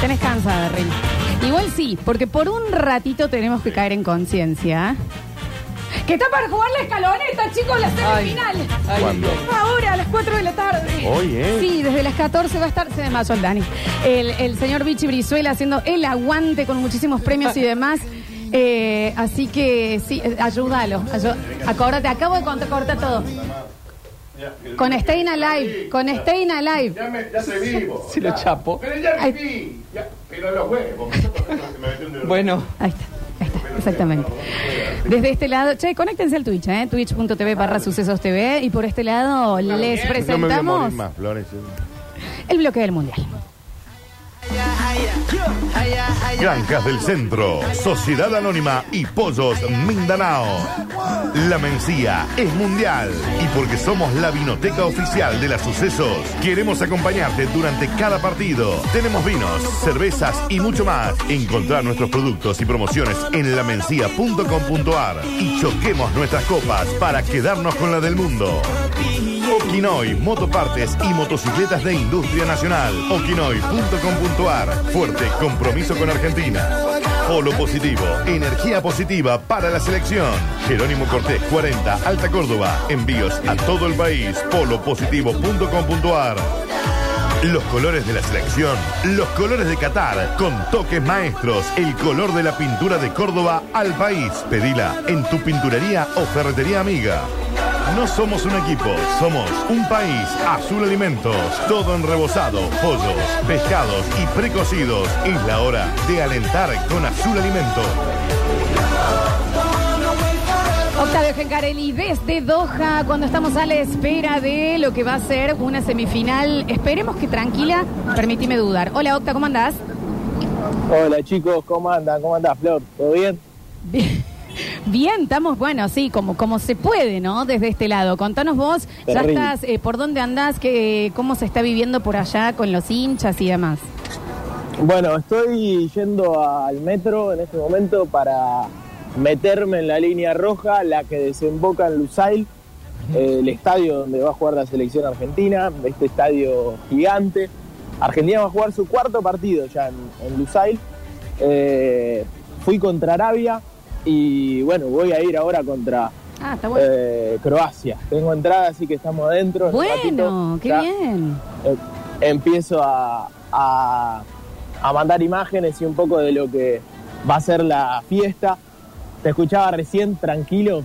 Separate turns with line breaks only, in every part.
tenés cansada, Rin. Igual sí, porque por un ratito tenemos que caer en conciencia. ¿eh? Que está para jugar la escaloneta, chicos, la semifinal.
Ay.
¿Cuándo?
Ahora, a las 4 de la tarde.
Hoy, ¿eh?
Sí, desde las 14 va a estar, se desmayó el Dani. El, el señor Vichy Brizuela haciendo el aguante con muchísimos premios y demás. Eh, así que sí, eh, ayúdalo. ayu- Acordate, acabo de contar, corta todo. Con Stein Alive, con Stein Alive.
Ya, me, ya se vivo.
Se lo
ya.
chapo.
Pero ya
Ay.
viví. Ya, pero los huevos. me saco los que me meten de los-
Bueno,
Ahí está, ahí está, exactamente. Desde este lado, che, conéctense al Twitch, ¿eh? twitch.tv barra sucesos TV. Y por este lado les
No me voy a
presentamos
morir más, Florencia.
el bloque del mundial.
Granjas del Centro, Sociedad Anónima y Pollos Mindanao. La Mencía es mundial y porque somos la vinoteca oficial de las sucesos, queremos acompañarte durante cada partido. Tenemos vinos, cervezas y mucho más. Encontrar nuestros productos y promociones en lamencia.com.ar y choquemos nuestras copas para quedarnos con la del mundo. Okinoy, motopartes y motocicletas de industria nacional. Okinoy.com.ar, fuerte compromiso con Argentina. Polo positivo, energía positiva para la selección. Jerónimo Cortés 40, Alta Córdoba. Envíos a todo el país. Polopositivo.com.ar. Los colores de la selección, los colores de Qatar, con toques maestros, el color de la pintura de Córdoba al país. Pedila en tu pinturería o ferretería amiga. No somos un equipo, somos un país. Azul Alimentos, todo en rebozado, pollos, pescados y precocidos. Es la hora de alentar con Azul Alimentos.
Octavio Gencarelli desde Doha, cuando estamos a la espera de lo que va a ser una semifinal, esperemos que tranquila, permíteme dudar. Hola Octa, ¿cómo andás?
Hola chicos, ¿cómo andan? ¿Cómo andas, Flor? ¿Todo bien?
Bien, Bien, estamos, bueno, sí, como, como se puede, ¿no? Desde este lado. Contanos vos, ya
Terrible.
estás, eh, ¿por dónde andás? Qué, ¿Cómo se está viviendo por allá con los hinchas y demás?
Bueno, estoy yendo al metro en este momento para meterme en la línea roja, la que desemboca en Lusail, eh, el estadio donde va a jugar la selección argentina, este estadio gigante. Argentina va a jugar su cuarto partido ya en, en Lusail. Eh, fui contra Arabia y bueno, voy a ir ahora contra
Ah, está bueno.
eh, Croacia. Tengo entrada, así que estamos adentro. en un
bueno,
ratito
qué
ya
bien.
eh, empiezo a, a- a mandar imágenes y un poco de lo que va a ser la fiesta. Te escuchaba recién tranquilo,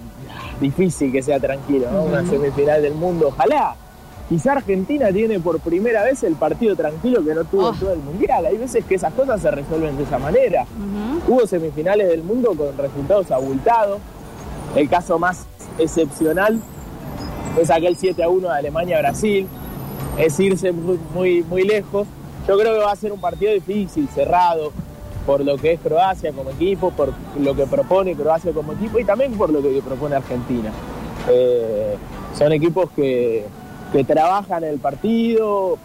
difícil que sea tranquilo, ¿no? una semifinal del mundo, ojalá. Quizá Argentina tiene por primera vez el partido tranquilo que no tuvo
Oh.
en todo el mundial. Hay veces que esas cosas se resuelven de esa manera.
Ujú.
Hubo semifinales del mundo con resultados abultados. El caso más excepcional es aquel 7 a 1 de Alemania a Brasil. Es irse muy, muy, muy lejos. Yo creo que va a ser un partido difícil, cerrado, por lo que es Croacia como equipo, por lo que propone Croacia como equipo y también por lo que propone Argentina. Eh, son equipos que, que trabajan el partido,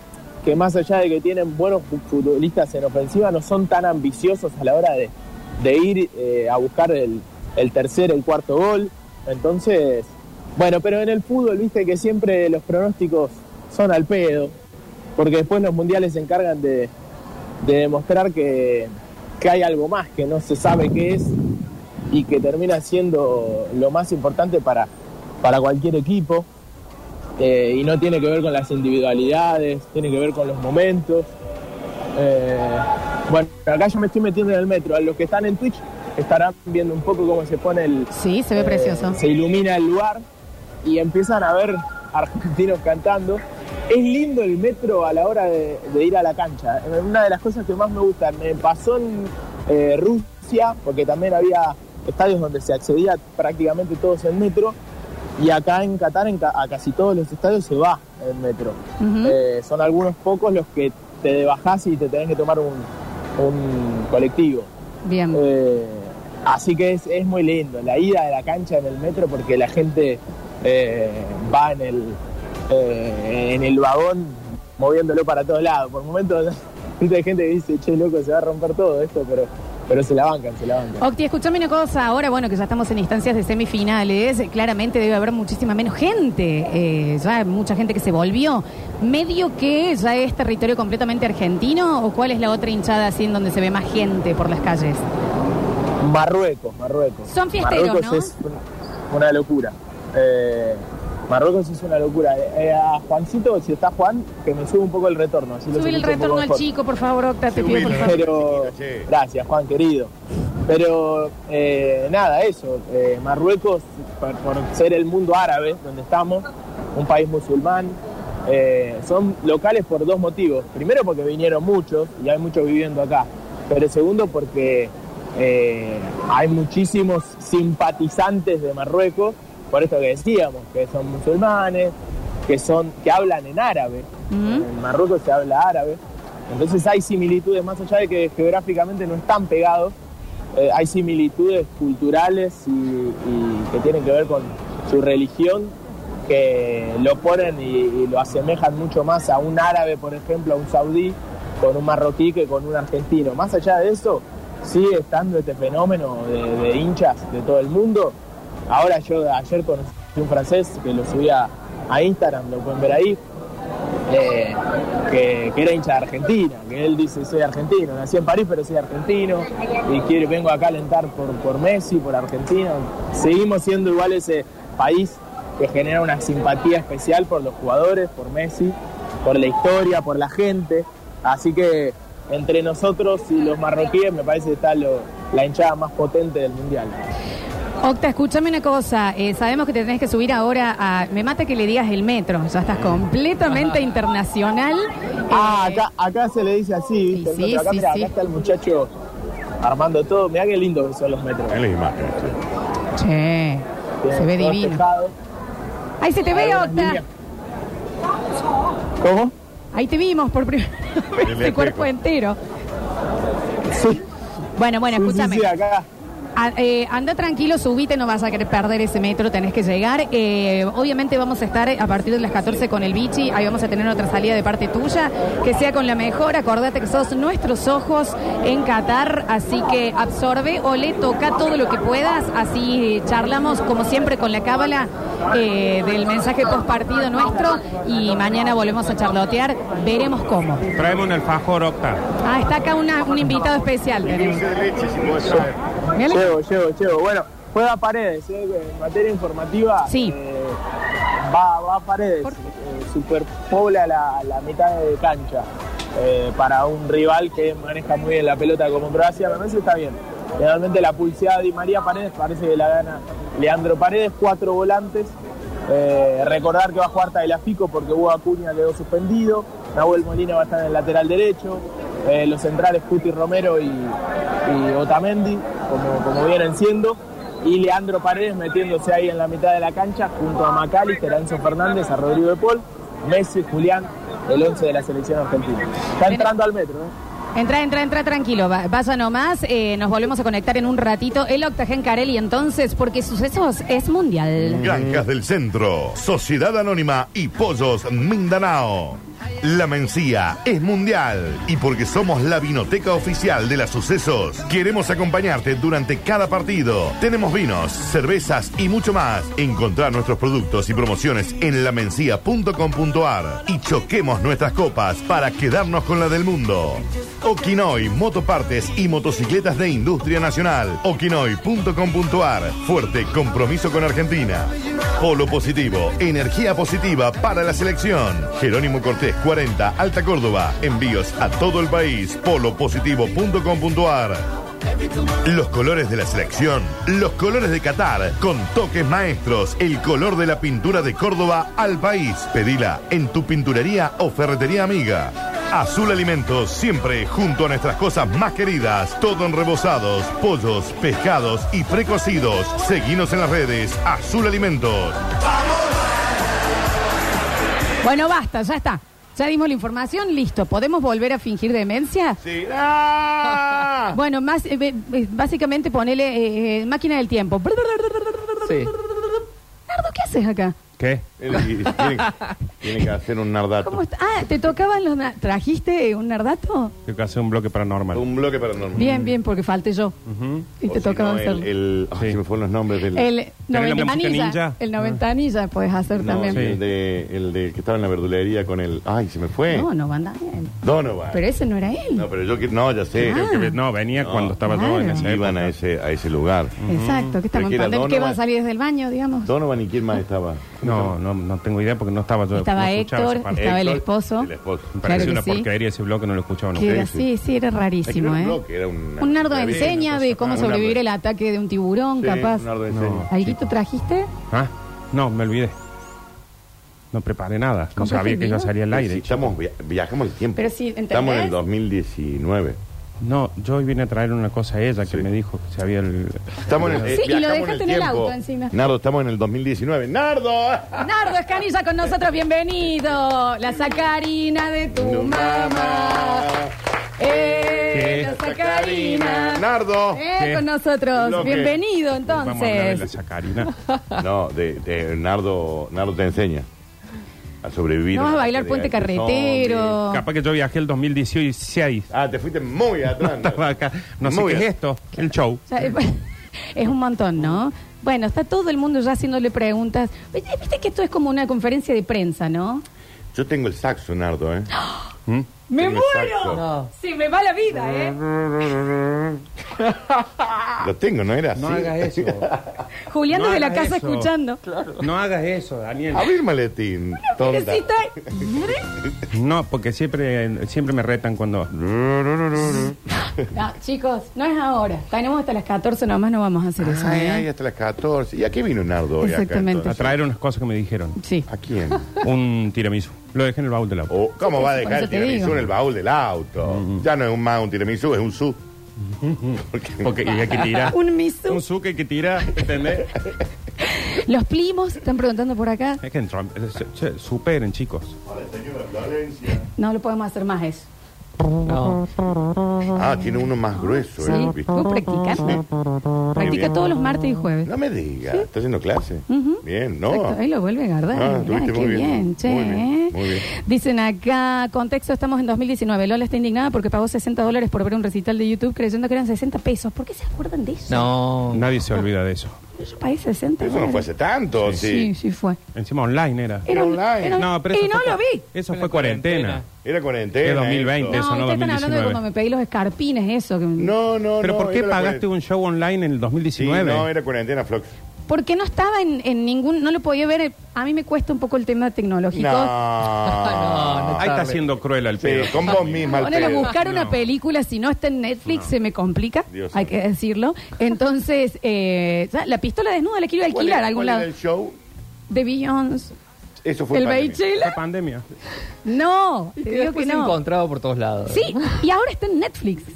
que más allá de que tienen buenos fu- futbolistas en ofensiva, no son tan ambiciosos a la hora de, de ir eh, a buscar el, el tercer, el cuarto gol. Entonces, bueno, pero en el fútbol, viste que siempre los pronósticos son al pedo, porque después los mundiales se encargan de, de demostrar que, que hay algo más, que no se sabe qué es y que termina siendo lo más importante para, para cualquier equipo. Eh, y no tiene que ver con las individualidades, tiene que ver con los momentos. Eh, bueno, acá yo me estoy metiendo en el metro. A los que están en Twitch estarán viendo un poco cómo se pone el.
Sí, se ve
eh,
precioso.
Se ilumina el lugar y empiezan a ver argentinos cantando. Es lindo el metro a la hora de, de ir a la cancha. Eh, Una de las cosas que más me gusta. Me pasó en eh, Rusia, porque también había estadios donde se accedía prácticamente todos en metro. Y acá en Qatar, en ca- a casi todos los estadios se va el metro.
Ujú.
Eh, son algunos pocos los que te bajás y te tenés que tomar un, un colectivo.
Bien.
Eh, así que es, es muy lindo la ida de la cancha en el metro porque la gente eh, va en el, eh, en el vagón moviéndolo para todos lados. Por momentos viste, hay gente que dice, che, loco, se va a romper todo esto, pero Pero se la bancan, se la bancan.
Octi, escúchame una cosa, ahora bueno que ya estamos en instancias de semifinales, claramente debe haber muchísima menos gente, eh, ya hay mucha gente que se volvió. ¿Medio que ya es territorio completamente argentino o cuál es la otra hinchada así en donde se ve más gente por las calles?
Marruecos, Marruecos.
Oh. Son fiesteros,
Marruecos
¿no?
es una, una locura. Eh, Marruecos es una locura. Eh, eh, a Juancito, si está Juan, que me sube un poco el retorno. así lo
Subir el
escucho un
retorno
poco
al
mejor.
chico, por favor, Octa, te pido por
Subilo,
favor.
Pero,
Che.
gracias Juan, querido. Pero eh, nada, eso. eh, Marruecos, por, por ser el mundo árabe donde estamos, un país musulmán, eh, son locales por dos motivos. Primero porque vinieron muchos y hay muchos viviendo acá. Pero segundo porque eh, hay muchísimos simpatizantes de Marruecos, por esto que decíamos, que son musulmanes, que, son, que hablan en árabe.
Ujú.
En Marruecos se habla árabe. Entonces hay similitudes, más allá de que geográficamente no están pegados, eh, hay similitudes culturales y, y que tienen que ver con su religión, que lo ponen y, y lo asemejan mucho más a un árabe, por ejemplo, a un saudí, con un marroquí que con un argentino. Más allá de eso, sigue estando este fenómeno de, de hinchas de todo el mundo. Ahora yo ayer conocí un francés que lo subía a Instagram, lo pueden ver ahí, eh, que, que era hincha de Argentina, que él dice soy argentino, nací en París pero soy argentino y quiero, vengo acá a alentar por, por Messi, por Argentina. Seguimos siendo igual ese país que genera una simpatía especial por los jugadores, por Messi, por la historia, por la gente. Así que entre nosotros y los marroquíes me parece que está lo- la hinchada más potente del mundial.
Eh, Octa, escúchame una cosa. eh, sabemos que te tenés que subir ahora a. Me mata que le digas el metro. Ya estás completamente internacional.
Ah,
Eh,
acá, acá se le dice así, ¿viste?
sí,
acá,
sí,
mirá,
sí.
acá está el muchacho armando todo. Mirá qué lindo que son los metros.
En las imágenes. che.
Che, se
Tiene
ve
todo
divino.
tejado,
Ahí se te ve,
algunas
Octa.
líneas. ¿Cómo?
Ahí te vimos por primera vez.
El
El cuerpo
espejo.
entero.
Sí,
Bueno, bueno,
sí,
escúchame.
sí, acá.
A- eh, anda tranquilo, subite, no vas a querer perder ese metro, tenés que llegar. Eh, obviamente vamos a estar a partir de las 14 con el bichi, ahí vamos a tener otra salida de parte tuya, que sea con la mejor, acordate que sos nuestros ojos en Qatar, así que absorbe o le toca todo lo que puedas, así charlamos como siempre con la cábala eh, del mensaje post partido nuestro y mañana volvemos a charlotear, veremos cómo.
Traeme un alfajor, Octa.
Ah, está acá una- un invitado especial. tenemos.
de leche, si puedes saber.
Mirá la-
Llevo, llevo, llevo. Bueno, juega Paredes, ¿eh? en materia informativa.
Sí.
eh, va, va Paredes,
Por-
eh, superpobla la, la mitad de cancha eh, para un rival que maneja muy bien la pelota como Croacia. Me parece que está bien. Generalmente la pulseada de Di María Paredes parece que la gana Leandro Paredes, cuatro volantes. Eh, recordar que va a jugar Tagliafico porque Hugo Acuña quedó suspendido. Nahuel Molina va a estar en el lateral derecho. eh, los centrales Cuti Romero y, y Otamendi, como, como vienen siendo. Y Leandro Paredes metiéndose ahí en la mitad de la cancha junto a Macalister, a Enzo Fernández, a Rodrigo de Paul, Messi, Julián, el 11 de la selección argentina. Está entrando al metro, ¿eh?
Entra, entra, entra tranquilo, va- vaya nomás, eh, nos volvemos a conectar en un ratito. El Octagen Carelli entonces, porque sucesos es mundial.
Granjas del Centro, Sociedad Anónima y Pollos Mindanao. La Mencía es mundial y porque somos la vinoteca oficial de las sucesos, queremos acompañarte durante cada partido. Tenemos vinos, cervezas y mucho más. Encontrar nuestros productos y promociones en lamencia.com.ar y choquemos nuestras copas para quedarnos con la del mundo. Oquinoy, motopartes y motocicletas de industria nacional. Oquinoy.com.ar, fuerte compromiso con Argentina. Polo positivo, energía positiva para la selección. Jerónimo Cortés 40, Alta Córdoba. Envíos a todo el país. Polopositivo.com.ar. Los colores de la selección, los colores de Qatar, con toques maestros, el color de la pintura de Córdoba al país. Pedila en tu pinturería o ferretería amiga. Azul Alimentos, siempre junto a nuestras cosas más queridas, todo en rebozados, pollos, pescados y precocidos. Seguinos en las redes, Azul Alimentos.
Bueno, basta, ya está. Ya dimos la información, listo. ¿Podemos volver a fingir demencia?
Sí.
¡Ah!
Bueno, más, eh, be- eh, básicamente ponele eh, eh, máquina del tiempo. Nardo, ¿qué haces acá?
¿Qué?
Él- y- tiene, tiene que hacer un nardato.
¿Cómo está? Ah, ¿te tocaban los... na- ¿Trajiste un nardato?
Tengo que hacer un bloque paranormal.
Un bloque paranormal.
Bien, bien, porque falté yo. Y
Mm. O
te
si no,
tocaban
el, el- ay,
Sí.
se me fueron los nombres del.
El
la
noventa
música
anilla,
ninja?
El 90 anilla puedes hacer
Ah. no,
también.
el, de, el de que estaba en la verdulería con el. Ay, se me fue.
No, no van Daniel.
Donovan.
Pero ese no era él.
No, pero yo que. No, ya sé.
Ah.
Creo que-
No, venía
No.
cuando estaba yo en
Claro.
esa
Iban
época.
a ese, a ese lugar.
Exacto, que estamos
Pero
en
que era
pandemia. ¿Qué va a
Donovan.
salir desde el baño, digamos?
Donovan y quién más estaba.
No, no, no tengo idea porque no estaba yo.
Estaba
no escuchaba
Héctor,
esa parte.
estaba el
Héctor,
esposo.
El esposo.
Me pareció
Claro
una
que sí.
porquería ese bloque, no lo escuchaba
Que
nunca.
era
sí.
así, sí, era
Es que no
rarísimo,
era
¿eh?
un bloque, era una-
Un nardo
una
de
avena,
enseña
una
de
cosa
cómo
rara.
sobrevivir el ataque de un tiburón,
Sí,
capaz.
un nardo de
No.
enseña.
¿Alguito trajiste?
¿Ah? No, me olvidé. No preparé nada. No
¿Compraste
sabía
el
que iba a
vino?
salir al
Sí,
aire.
estamos, via- viajamos el tiempo.
Pero sí, ¿entendés?
Estamos en el 2019.
No, yo hoy vine a traer una cosa a ella que me dijo que se había el.
Estamos en el,
Sí, y lo
viajamos
dejaste en el
tiempo.
auto encima.
Nardo, estamos en el 2019. ¡Nardo!
Nardo Escanilla con nosotros, bienvenido. La sacarina de tu mamá. Eh,
¿Qué?
la sacarina.
¡Nardo!
Eh,
¿Qué?
con nosotros.
Lo que-
Bienvenido,
Vamos a hablar de la
entonces.
sacarina.
No, de, de Nardo, Nardo te enseña a sobrevivir.
No vas a
la
bailar
pelea
puente
de zombies.
carretero.
Capaz que yo viajé el 2016.
Ah, te fuiste muy atrás.
Estaba acá. No sé
Muy
qué es
bien.
esto. El show.
O sea, es- Es un montón, ¿no? Bueno, está todo el mundo ya haciéndole preguntas. Viste viste que esto es como una conferencia de prensa, ¿no?
Yo tengo el saxo, Nardo, ¿eh?
¡Me
Tengo el saxo.
muero! Sí, me va la vida, ¿eh?
Lo tengo, ¿no era así?
eso.
Julián
No
desde la
hagas
casa
eso.
escuchando.
No hagas eso, Daniel.
Abrir el maletín, tonta.
Necesita-
No, porque siempre, siempre me retan cuando.
No, chicos, no es ahora. Tenemos hasta las 14 nomás, no vamos a hacer eso.
Ay,
¿eh?
ay, hasta las 14. ¿Y a qué vino Nardo hoy acá,
Exactamente.
A
entonces?
traer unas cosas que me dijeron.
Sí.
¿A quién?
Un tiramisú. Lo dejé en el baúl del auto.
O, ¿Cómo va a
Sí,
dejar
por eso
el
te
tiramisú
digo. Mm,
en el baúl del auto? Ya no es un más un tiramisú, es un su.
Porque y hay que tirar.
Un miso.
Un su que hay que tira, ¿entendés?
Los primos están preguntando por acá.
Es que entran- se- se- superen, chicos.
No lo podemos hacer más eso.
Ah, tiene uno más grueso.
¿Sí?
¿eh?
Vos practicás. Practica
bien.
todos los martes y jueves.
No me digas, ¿estás haciendo clase? Bien, ¿no?
Exacto, ahí lo vuelve a guardar.
Ah,
Mirá,
estuviste
qué
muy
bien,
bien.
che.
Muy bien,
¿eh?
muy bien.
Dicen acá, contexto, estamos en 2019. Lola está indignada porque pagó 60 dólares por ver un recital de YouTube creyendo que eran 60 pesos. ¿Por qué se acuerdan de eso?
No.
Nadie se olvida de eso.
Yo pagué 60
Eso no
dólares.
fue hace tanto,
Ah. Sí,
sí.
sí fue.
Encima online era.
Era un-
online.
era un- y
eso
no
fue-
lo vi.
Eso
Fue
fue
la cuarentena.
cuarentena.
Era cuarentena.
Es 2020,
eso.
eso, no
ustedes están hablando de
2019.
cuando me pedí los escarpines, eso. que-
No, no,
Pero
no,
¿por qué
era la
pagaste
cuarentena.
un show online en el
Sí,
2019?
no, era cuarentena, Flox.
Porque no estaba en, en ningún. No lo podía ver. A mí me cuesta un poco el tema tecnológico.
No.
No,
Ahí está
Tarde.
siendo cruel al
Sí,
pedo.
con vos misma al
Ponele a
pedo.
buscar una
No.
película, si no está en Netflix, se me complica,
Dios
hay
mío.
que decirlo. Entonces, eh, ya, la pistola desnuda la quiero
¿Cuál
alquilar
era-
a algún
cuál era
lado.
el show?
De Beyoncé,
Eso fue
el
pandemia.
La
Beychella.
pandemia.
No,
Y
te digo que
pues
después
no.
encontrado por todos lados.
Sí, y ahora está en Netflix.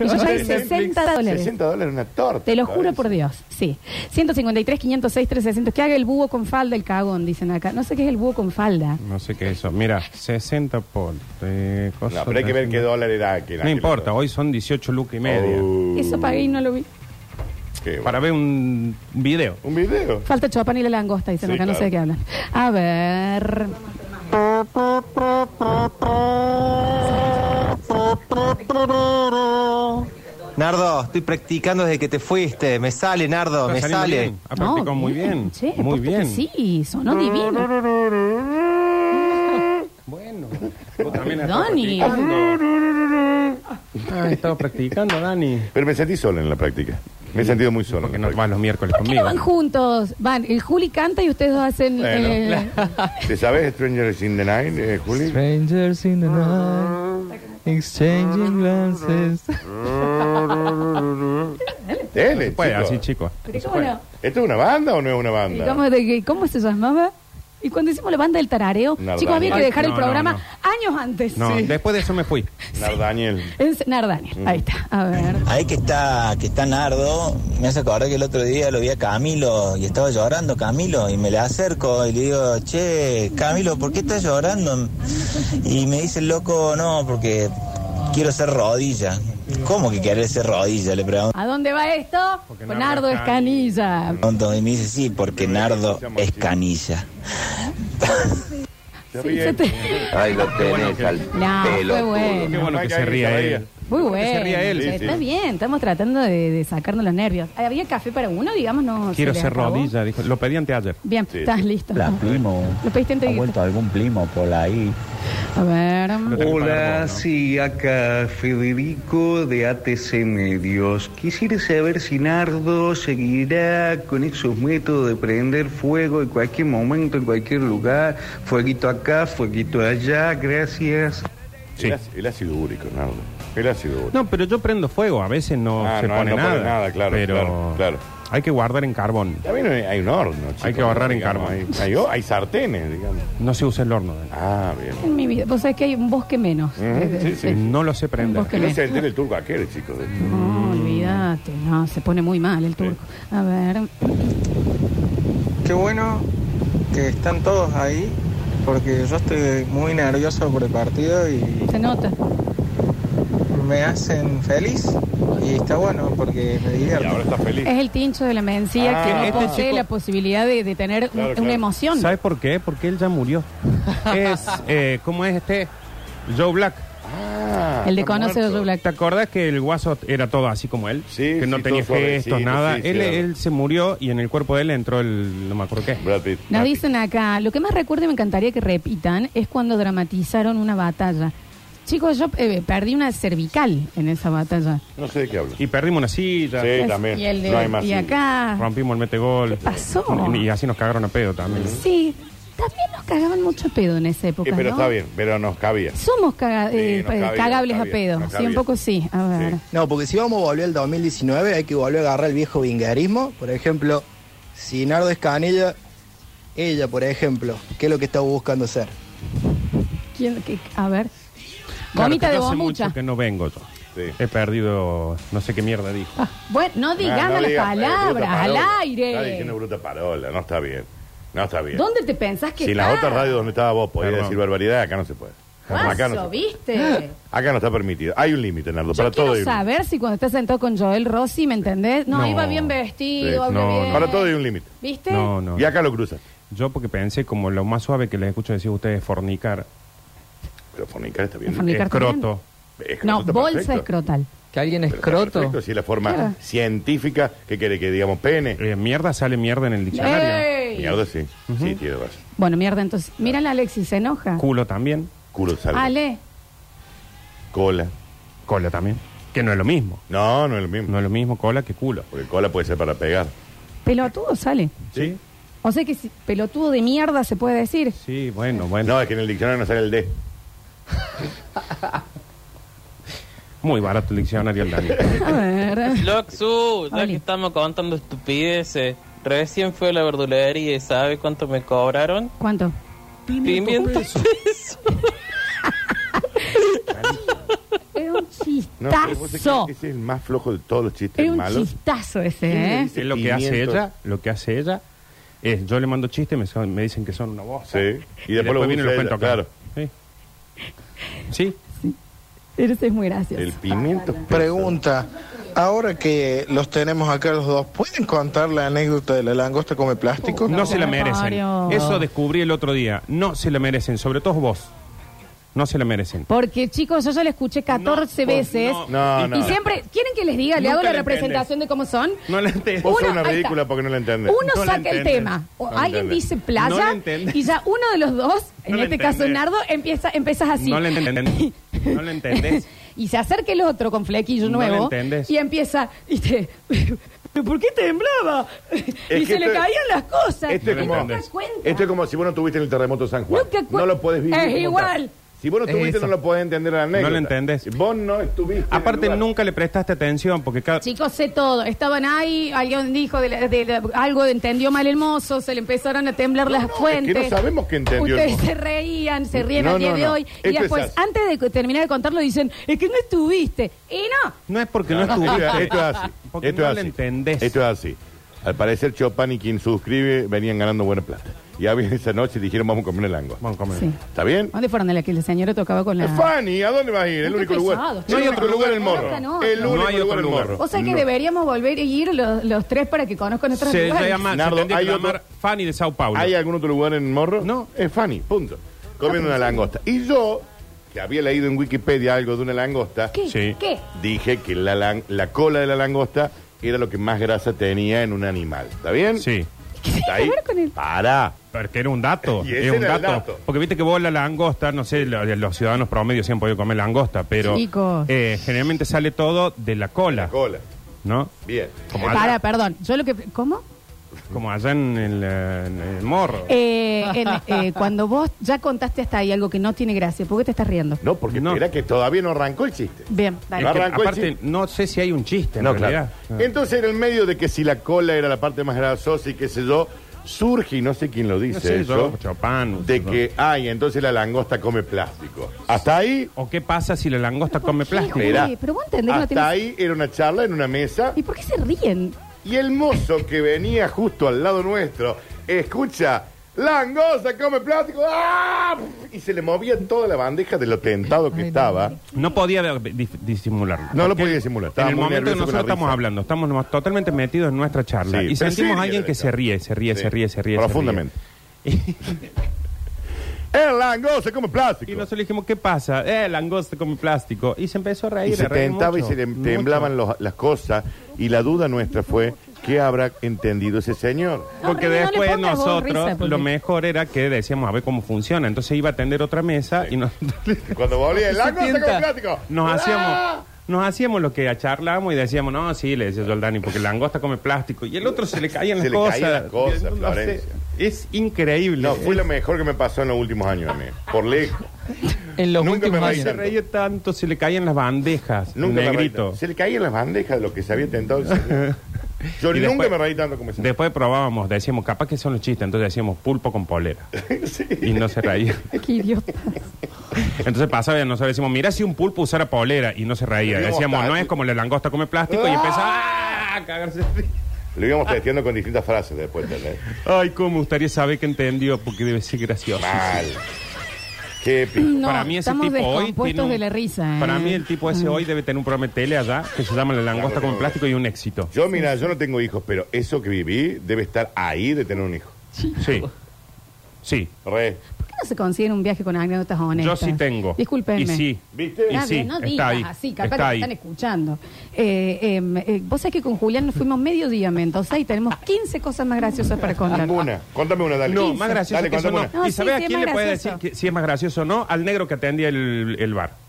Y yo pagué
Netflix,
60 dólares.
60 dólares una torta.
Te lo juro por Dios, sí. 153, 506, 300. Que haga el búho con falda el cagón, dicen acá. No sé qué es el búho con falda.
No sé qué es eso. Mira, 60 por. eh, cosa-
No, pero hay que ver qué dólar era aquel.
No
aquel
importa,
otro.
hoy son 18 lucas y media.
Uh,
Eso pagué y no lo vi.
qué bueno.
Para ver un video.
¿Un video?
Falta Chopin y la langosta, dicen
Sí,
acá, no sé de qué
claro.
hablan. A ver.
Nardo, estoy practicando desde que te fuiste. Me sale, Nardo,
Está
me
saliendo
sale.
bien. Ha practicado muy bien.
che,
muy
posta que
bien.
Sí, sonó divino.
Bueno, vos también has
Dani.
estado practicando. Ah, he estado practicando, Dani.
Pero me sentí solo en la práctica. Me he sentido muy solo.
Porque
en
no
la
vas los miércoles
¿Por qué no
conmigo.
van juntos? Van, el Juli canta y ustedes dos hacen.
Bueno.
eh,
práctica. ¿Te sabes Strangers in the Night, eh, Juli?
Strangers in the
Ah.
night, exchanging glances.
Tele,
Puede,
chicos.
así, chicos.
pero ¿cómo no?
¿Esto es una banda o no es una
¿Y
banda?
cómo, de qué- cómo se llamaba? Y cuando hicimos la banda del tarareo,
Nardani.
chicos, había que
Ay,
dejar el
no,
programa
no,
años antes.
No,
Sí.
después de Mm. eso me fui.
No, Daniel.
En Nardani, ahí está. A ver.
Ahí que está, que está Nardo, me hace acordar que el otro día lo vi a Camilo y estaba llorando Camilo y me le acerco y le digo, che, Camilo, ¿por qué estás llorando? Y me dice el loco, no, porque quiero ser rodilla. ¿Cómo que querés ser rodilla? Le pregunto.
¿A dónde va esto?
Porque
Con
Nardo
Nardo
es
Escanilla.
Y me dice, sí, porque Nardo es canilla.
Sí,
ríe.
se te-
Ay, lo tenés al
No, fue
pelo.
bueno.
Qué bueno que se
Alguien
ría
se
él.
reía.
Muy bueno.
Que se ría él.
Che,
Sí, sí.
Está bien, estamos tratando de, de sacarnos los nervios. ¿Había café para uno, digamos? No,
Quiero
se le
ser
acabó?
rodilla, dijo. Lo pedí antes ayer.
Bien,
Sí,
estás
sí.
listo.
La primo.
Lo pediste
Ha
antes
vuelto algún primo por ahí.
A ver.
Lo tengo que pagar vos, ¿no?
sí, acá Federico de ATC Medios. Quisiera saber si Nardo seguirá con esos métodos de prender fuego en cualquier momento, en cualquier lugar. Fueguito acá, fueguito allá, gracias.
Sí.
El, ácido, el ácido úrico, Nardo. El ácido úrico.
No, pero yo prendo fuego. A veces no
Ah,
se
no,
pone
no
nada.
pone nada, claro,
Pero
claro, claro.
hay que guardar en carbón.
También hay, hay un horno, chicos,
Hay que ahorrar en
digamos,
carbón.
Hay, hay- hay sartenes, Eh, digamos.
No se usa el horno. Dani.
Ah, bien.
En mi vida. Vos sabés que hay un bosque menos. Eh,
Ujú, sí, sí.
No lo sé
Un
prender.
bosque
Que no
menos.
se entere el turco aquel, chicos. de-
No, olvídate. No, se pone muy mal el turco. A ver.
Qué bueno que están todos ahí, porque yo estoy muy nervioso por el partido y
Se nota.
me hacen feliz. Y está bueno porque me
Y
divierto.
ahora está feliz.
Es el tincho de la mencía
Ah,
que no
este
posee
chico-
la posibilidad de, de tener un-
Claro,
una
claro.
emoción.
¿Sabes por qué? Porque él ya murió. es, eh, ¿cómo es este? Joe Black.
Ah,
El de
está
conoce
muerto.
de Black.
¿Te acordás que el guaso era todo así como él?
Sí,
Que no
sí,
tenía
todo
gestos,
suavecito,
nada.
sí, sí,
él,
era.
él se murió y en el cuerpo de él entró el... no me acuerdo qué.
Brad Pitt.
Nos
Brad Pitt.
dicen acá, lo que más recuerdo y me encantaría que repitan es cuando dramatizaron una batalla. Chicos, yo eh, perdí una cervical en esa batalla.
No sé de qué hablo.
Y perdimos una silla.
Sí.
Es-
también.
Y, el de-
No hay más
y
silla.
acá.
Rompimos el metegol.
Ah. ¿Qué pasó?
Y, y así nos cagaron a pedo también.
Sí, también nos cagaban mucho pedo en esa época.
Eh, pero
¿no?
está bien, pero nos cabía.
Somos caga-
Sí,
eh,
nos cabía,
cagables
nos
a
cabía,
pedo.
nos
Sí, un
cabía.
poco sí. A ver.
Sí.
No, porque si vamos a volver al 2019 hay que volver a agarrar el viejo vingarismo. Por ejemplo, si Nardo es canilla, ella, por ejemplo, ¿qué es lo que está buscando hacer?
¿Quién- qué- a ver.
Claro,
Gomita
que
de
yo hace
bombucha.
mucho que no vengo yo.
Sí.
He perdido... no sé qué mierda dijo.
Bueno, no digamos
Ah, no
las
digas, eh, bruta
palabras al
parola. Está
aire.
diciendo bruta parola, no está bien. No está bien.
¿Dónde te pensás que
Si en
está?
las otras radios donde estaba vos podías
Perdón.
decir barbaridad, acá no se puede.
Guaso,
Acá no, se-
¿viste?
acá no está permitido. Hay un límite, Nardo,
Yo
para
quiero
todo hay un límite.
saber si cuando estás sentado con Joel Rossi, ¿me entendés? No,
No.
iba bien vestido,
Sí,
habla
no,
bien.
no.
Para todo hay un límite.
¿Viste?
No, Oh, no.
Y acá lo cruzan.
Yo porque pensé como lo más suave que les escucho decir a ustedes es fornicar.
Pero fornicar está bien.
Fornicar
Escroto.
Es que
No,
está
bolsa
perfecto.
escrotal.
Que alguien
Pero está
escroto.
perfecto, Si es la forma
Claro.
científica que quiere que digamos pene.
Eh, mierda sale mierda en el diccionario.
¡Ey!
Mierda, sí. Sí, tiene razón.
Bueno, mierda, entonces. Mírala, Alexis, se enoja.
Culo también.
Culo salvo.
Ale,
Cola.
Cola también. Que no es lo mismo.
No, no es lo mismo.
No es lo mismo cola que culo.
Porque cola puede ser para pegar.
pelotudo sale.
¿Sí?
O sea que si- pelotudo de mierda se puede decir.
Sí, bueno, bueno.
No, es que en el diccionario no sale el D.
Muy barato el diccionario el Daniel.
A ver.
Loxu,
ya Oli. que
estamos contando estupideces, recién fue a la verdulería y ¿sabe cuánto me cobraron?
¿Cuánto?
Pimiento
Es un
No, pero vos sabés
chistazo.
que ese es el más flojo de todos los chistes
es un
malos.
chistazo ese, ¿eh?
Es lo que hace
Pimiento.
ella, lo que hace ella es yo le mando chistes, me, son- me dicen que son una voz.
Sí. Y después lo
vienen
usa
los
ella,
cuento acá. Sí. Sí.
Ese es muy gracioso.
El pimiento.
Pregunta, ahora que los tenemos acá los dos, ¿pueden contar la anécdota de la langosta come plástico?
No se la merecen.
Mario.
Eso descubrí el otro día. No se la merecen, sobre todo vos. No se la merecen.
Porque, chicos, yo ya la escuché 14
No, por-
veces.
No, Ah, no.
Y siempre, ¿quieren que les diga? ¿Le
Nunca
hago la
la
representación de cómo son?
No la entendés.
Vos sos
Uno-
una
ahí
ridícula
está.
porque no la entendés.
Uno
No la
saca el
entendés.
tema. O
No
alguien
entendés.
dice
No
playa
la entendés.
y ya uno de los dos, en
No la
este caso
entendés.
Nardo, empieza, empiezas así.
No la entendés. No la entendés.
y se acerca el otro con flequillo
No la
nuevo
entendés.
y empieza, y te- ¿Pero por qué temblaba? y
que
se le
esto-
caían las cosas.
Esto
Y
No la
es,
no
como,
te
entendés.
das cuenta.
esto es como si vos no tuviste en el terremoto de San Juan.
Nunca cu-
No lo podés vivir.
Es
como tal.
igual.
Si vos no
Es
estuviste,
eso.
no lo podés entender la anécdota.
No lo entendés.
Vos no estuviste. en el
Aparte,
lugar.
nunca le prestaste atención porque cada.
Chicos, sé todo. Estaban ahí, alguien dijo de la- de la- algo, entendió mal el mozo, se le empezaron a temblar las fuentes.
es que no sabemos qué entendió el
Ustedes
mozo.
se reían, se ríen
No,
al día
no,
de
no.
hoy.
Esto
y
es
después,
así.
antes de terminar de contarlo, dicen, es que no estuviste. Y no.
No es porque no,
No, no,
estuviste.
Esto es así.
Porque
Esto
no
es
la
así.
entendés.
Esto es así. Al parecer, Chopin y quien suscribe venían ganando buena plata. Y había esa noche dijeron, vamos a comer una langosta.
Vamos a comer.
Sí.
¿Está bien?
¿Dónde fueron? La que la señora tocaba con
Eh,
la.
Fanny, ¿a dónde vas a ir? El
Qué
único lugar.
pesado,
No hay
chico.
otro lugar el morro.
Nunca no.
El
No
único
hay otro
lugar el
lugar.
morro.
O sea que
No.
deberíamos volver a ir los, los tres para que conozcan otras
Se llama,
Nardo,
se tendría que
hay
llamar
otro-
Fanny de Sao Paulo.
¿Hay algún otro lugar en el morro? No, es Fanny, punto.
Ah,
Comiendo una langosta. Y yo, que había leído en Wikipedia algo de una langosta,
¿Qué?
Sí.
¿Qué?
dije que la, lan- la cola de la langosta era lo que más grasa tenía en un animal. ¿Está bien?
Sí.
¿Qué tiene
¿Está
que
ahí?
ver con él?
Para.
Porque era un dato.
Y ese
es un
era el
dato.
dato.
Porque viste que vos la langosta, no sé, lo- los ciudadanos promedio siempre han podido comer langosta, pero
Chicos.
eh, generalmente sale todo de la cola,
La cola.
¿no?
Bien.
Como allá,
Para, perdón. Yo lo que. ¿Cómo?
como allá en, el, eh, en el morro.
Eh, en- eh, cuando vos ya contaste hasta ahí algo que no tiene gracia, ¿por qué te estás riendo?
No, porque
No.
era que todavía no arrancó el chiste.
Bien,
Es
dale.
que,
arrancó el
aparte,
chiste.
no sé si hay un chiste en
No, claro.
realidad. Ah.
Entonces, en el medio de que si la cola era la parte más grasosa y qué sé yo, surge, y no sé quién lo dice
No sé,
eso,
yo, Chopin,
de
yo.
que, ay, entonces la langosta come plástico. Hasta ahí,
¿O qué pasa si la langosta come plástico?
Uy,
era.
pero vos entendés que no
hasta
tenés-
ahí era una charla en una mesa
¿Y por qué se ríen?
y el mozo que venía justo al lado nuestro, escucha, langosta come plástico, ¡ah! y se le movía toda la bandeja de lo tentado que estaba.
No podía de- dif- disimularlo.
No lo
Porque
podía disimular,
En
estaba
el
muy
momento que
nervioso con la
nosotros estamos
risa.
hablando, estamos nomás totalmente metidos en nuestra charla.
Sí,
y
pero
sentimos
sí,
a alguien que
Rebeca.
se ríe, se ríe,
Sí,
se ríe, se ríe. se ríe.
Profundamente. El langosta come plástico.
Y nosotros le dijimos, ¿qué pasa? Eh, langosta come plástico. Y se empezó a reír.
Y se
a reír
tentaba
mucho,
y se le
mucho.
temblaban los- las cosas. Y la duda nuestra fue, ¿qué habrá entendido ese señor?
Porque
No, Remy, no le
después
pongas vos
nosotros
risa, porque-
lo mejor era que decíamos a ver cómo funciona. Entonces iba a atender otra mesa y nosotros
Cuando volvía el
Se
langosta come
tienta.
plástico.
nos
¡Ah!
hacíamos, nos hacíamos lo que charlábamos y decíamos, no, sí, le decía yo al Dani, porque langosta come plástico. Y el otro se le caían
Se
las
le
cosas.
caían las cosas,
No sé,
Florencia.
es increíble.
No, fue lo mejor que me pasó en los últimos años a mí. Por lejos.
En los
Nunca me
últimos
reí
se
años.
reía tanto, se le caían las bandejas.
Nunca me
negrito.
reí. Se le caían las bandejas de lo que se había tentado. el señor. Yo
Y
nunca
después-
me reí tanto como ese.
Después probábamos, decíamos, capaz que son los chistes, entonces decíamos pulpo con polera.
Sí.
Y no se reía.
Qué idiota.
Entonces pasaba y nosotros decíamos, mira si un pulpo usara polera y no se reía.
Digamos,
Decíamos,
tal.
no es como la langosta come plástico y empezaba "Ah", a cagarse. de risa.
Lo íbamos testeando con distintas frases después. ¿entendés?
Ay, cómo me gustaría saber que entendió porque debe ser gracioso.
Mal. Qué épico.
No,
para mí ese
estamos
tipo hoy
descompuestos de la risa, eh.
Para mí el tipo ese hoy debe tener un programa de tele allá que se llama La langosta come plástico y un éxito.
Yo, mira, yo no tengo hijos, pero eso que viví debe estar ahí de tener un hijo.
Sí. Sí.
Re.
¿Por qué no se consigue un viaje con anécdotas honestas?
Yo sí tengo.
Discúlpenme.
Y sí.
¿Viste?
Y
Está
sí,
bien, no
está
digas
ahí.
así, capaz
Está
que te
ahí.
están escuchando. Eh, em, eh, vos sabés que con Julián nos fuimos mediodía a Mendoza y tenemos 15 cosas más graciosas para contar.
Ninguna. Contame una, dale.
No, más gracioso
Dale,
que eso
contame
no.
una.
No,
¿Y
sí,
sabés
sí,
a
es
quién
más
le puede decir
gracioso.
que- si es más gracioso o no? Al negro que atendía el, el bar.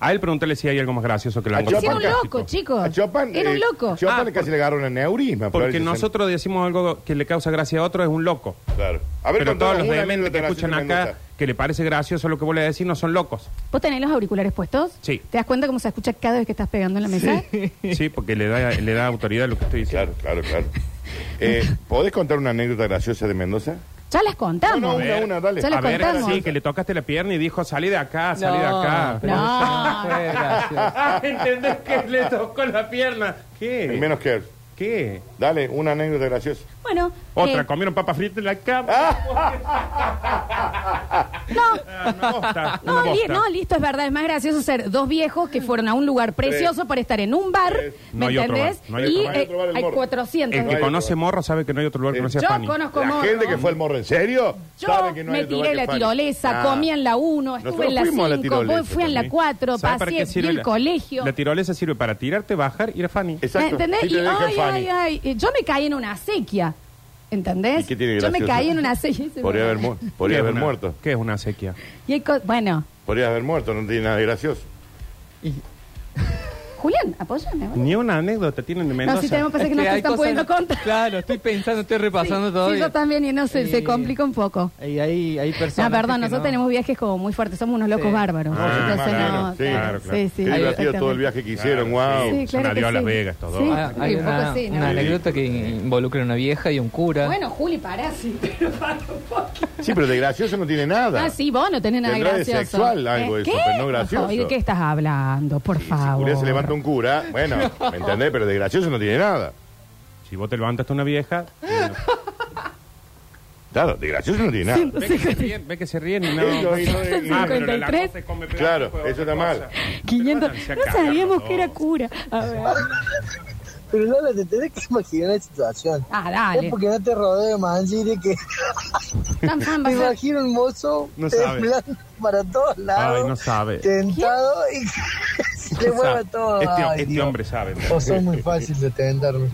A él pregúntale si hay algo más gracioso que la
A
langosta
Si era un
con
loco,
plástico.
chicos.
A Chopin,
Era un
eh,
loco.
Chopin
Ah,
casi
por-
le agarró un aneurisma.
Porque
Florencia.
nosotros decimos algo que le causa gracia a otro, es un loco.
Claro. A ver,
Pero
contame
todos los
una
dementes que
anécdota
escuchan
graciosa que me
acá, que le parece gracioso lo que vos le decís, no son locos.
¿Vos tenés los auriculares puestos?
Sí.
¿Te das cuenta cómo se escucha cada vez que estás pegando en la mesa?
Sí, porque le da, le da autoridad a lo que estoy diciendo.
Claro, claro, claro. Eh, ¿Podés contar una anécdota graciosa de Mendoza?
Ya las contamos.
No, no, una, una, dale.
Ya las
A ver,
contamos.
sí, que le tocaste la pierna y dijo, salí de acá, salí de
No,
acá.
pero
No.
eso no fue gracioso.
Ah, ¿Entendés que le tocó la pierna?
El
¿Qué?
menos que él.
¿Qué?
Dale, una anécdota graciosa.
Bueno.
Otra,
eh,
comieron papa frita en la cama.
No,
Ah, Una bosta, una
No, li-
bosta.
no, listo, es verdad. Es más gracioso ser dos viejos que fueron a un lugar precioso para estar en un bar.
Tres.
¿Me
No hay otro
entendés?
bar, no hay
y
otro bar.
eh,
No hay otro bar en
hay
Morro.
400.
El que
hay
conoce
otro.
morro sabe que no hay otro lugar que no sea
Yo
Fanny.
conozco
La
Morro.
gente que fue al morro, ¿en serio?
Yo
Sabe que no hay
me
otro lugar
tiré
que
la
Fanny.
tirolesa,
Ah.
comí en la 1, estuve
Nosotros
en la
fuimos a la
5,
tirolesa
fui en la
también.
4,
¿Sabe para
pasé
qué sirve
vi el
la-
colegio.
La tirolesa sirve para tirarte, bajar, ir a Fanny.
¿Me
Exacto.
entendés?
Sí, te
Y
deja
ay, ay,
Fanny.
ay, y yo me caí en una sequía. ¿Entendés?
¿Y qué tiene
yo me
gracioso?
caí en una sequía.
Podría haber, mu-
¿Qué
podría
es
haber
una-
muerto.
¿Qué es una sequía?
Y hay co- bueno,
Podría haber muerto, no tiene nada de gracioso.
Julián, apóyame. boludo.
Ni una anécdota tienen de Mendoza.
No, si tenemos que pensar que no
Es
te
Este, hay
están
cosas-
pudiendo contar.
Claro, estoy pensando, estoy repasando
Sí,
todo.
Sí, yo también, y no sé, se
Eh,
complica un poco.
Y hay, hay personas.
No, perdón, nosotros tenemos viajes como muy fuertes, somos unos locos
Sí.
bárbaros.
Ah,
Entonces,
claro,
no,
sí,
claro,
claro, claro.
sí, sí,
Qué divertido todo el
exactamente.
viaje que
Claro,
hicieron, wow.
Sí, claro
Son
que
adiós a Las
sí.
Vegas, todo.
Sí.
Ah, hay
un poco
una,
sí, ¿no?
una anécdota que involucra a una vieja y un cura.
Bueno, Juli, pará, sí.
Sí, pero de gracioso no tiene nada.
Ah, sí, vos no tenés nada
Tendrá de
gracioso.
sexual algo
¿Eh?
eso,
¿Qué?
pero no gracioso.
Ay, ¿De qué estás hablando? Por
Si
favor.
Julián se levanta un cura, bueno, ¿me entendés? Pero de gracioso no tiene nada.
Si vos te levantaste una vieja,
Claro, de gracioso no tiene nada.
Ciento
Ve que se
cincuenta-
ríen, ve que se ríen y no.
Eso, eso, eso.
Ah, pero la
53.
cosa es come plástico,
Claro,
es otra
eso está
cosa.
mal.
500.
Pero
No
bueno, se
sabíamos
acabaron
que era cura. A ver.
Pero Lola, te tenés que imaginar la situación.
Ah, dale.
Es porque no te rodeo de manji de que
Tan fan va
me
a ser.
imagino un mozo
No sabe.
temblando para todos lados,
Ay, no sabe.
tentado y que se le mueva
Sabe.
todo.
Este,
Ay,
este
Dios.
hombre sabe.
Vos sos muy fácil de tentarme.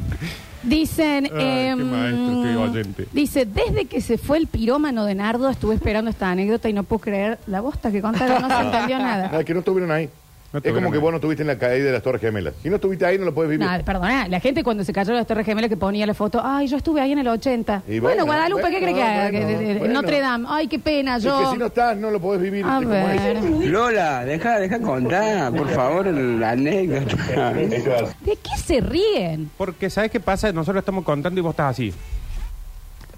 Dicen,
Ay, qué
em,
maestro, qué oyente.
dice, desde que se fue el pirómano de Nardo, estuve esperando esta anécdota y no puedo creer la bosta que contaron, no se entendió nada.
Nada, que no estuvieron ahí.
No
es
estuvieron
como que
ahí.
vos no estuviste en la caída de las Torres Gemelas. Si no estuviste ahí, no lo puedes vivir.
No, perdona, la gente cuando se cayó las Torres Gemelas que ponía la foto, ay, yo estuve ahí en el 80.
Y
Bueno,
bueno,
Guadalupe, ¿qué
bueno,
cree que haga? Que-
bueno,
que-
bueno.
Notre Dame, ay, qué pena,
Es
yo.
que si no estás, no lo podés vivir.
A
¿viste cómo es?
ver.
Lola, deja, deja contar, por favor, la anécdota.
¿De qué se ríen?
Porque, ¿sabes qué pasa? Nosotros estamos contando y vos estás así.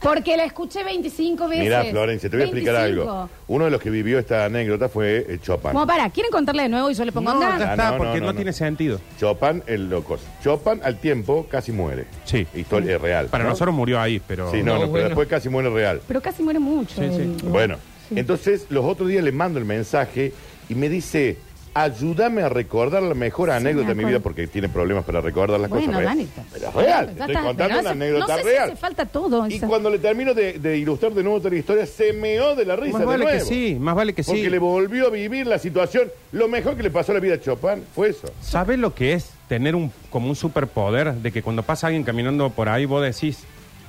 Porque la escuché 25 veces.
Mirá, Florencia, te voy a explicar
25.
algo. Uno de los que vivió esta anécdota fue eh, Chopin.
Bueno, para, ¿quieren contarle de nuevo y yo le pongo
No,
onda?
ya
Ah,
está,
no, no,
porque
no,
no,
no.
tiene sentido.
Chopin, el loco. Chopin, al tiempo, casi muere.
Sí.
Historia real.
Para
¿no?
nosotros murió ahí, pero.
Sí, no, no,
No,
pero
bueno.
después casi muere real.
Pero casi muere mucho.
Sí, sí.
el-
Bueno, entonces los otros días le mando el mensaje y me dice, ayúdame a recordar la mejor
Sí,
anécdota
me
de mi
acuerdo.
vida porque tiene problemas para recordar las
Bueno,
cosas.
Dani.
reales. Pero es real,
Ya
estoy
está,
contando
pero
una
hace-
anécdota
no sé si
real.
hace falta todo.
Y
esa-
cuando le termino de, de ilustrar de nuevo toda la historia, se meó de la risa
Más
de
vale que
nuevo.
sí, más vale que
Porque
sí.
le volvió a vivir la situación. Lo mejor que le pasó a la vida a Chopin fue eso.
¿Sabes lo que es tener un, como un superpoder de que cuando pasa alguien caminando por ahí vos decís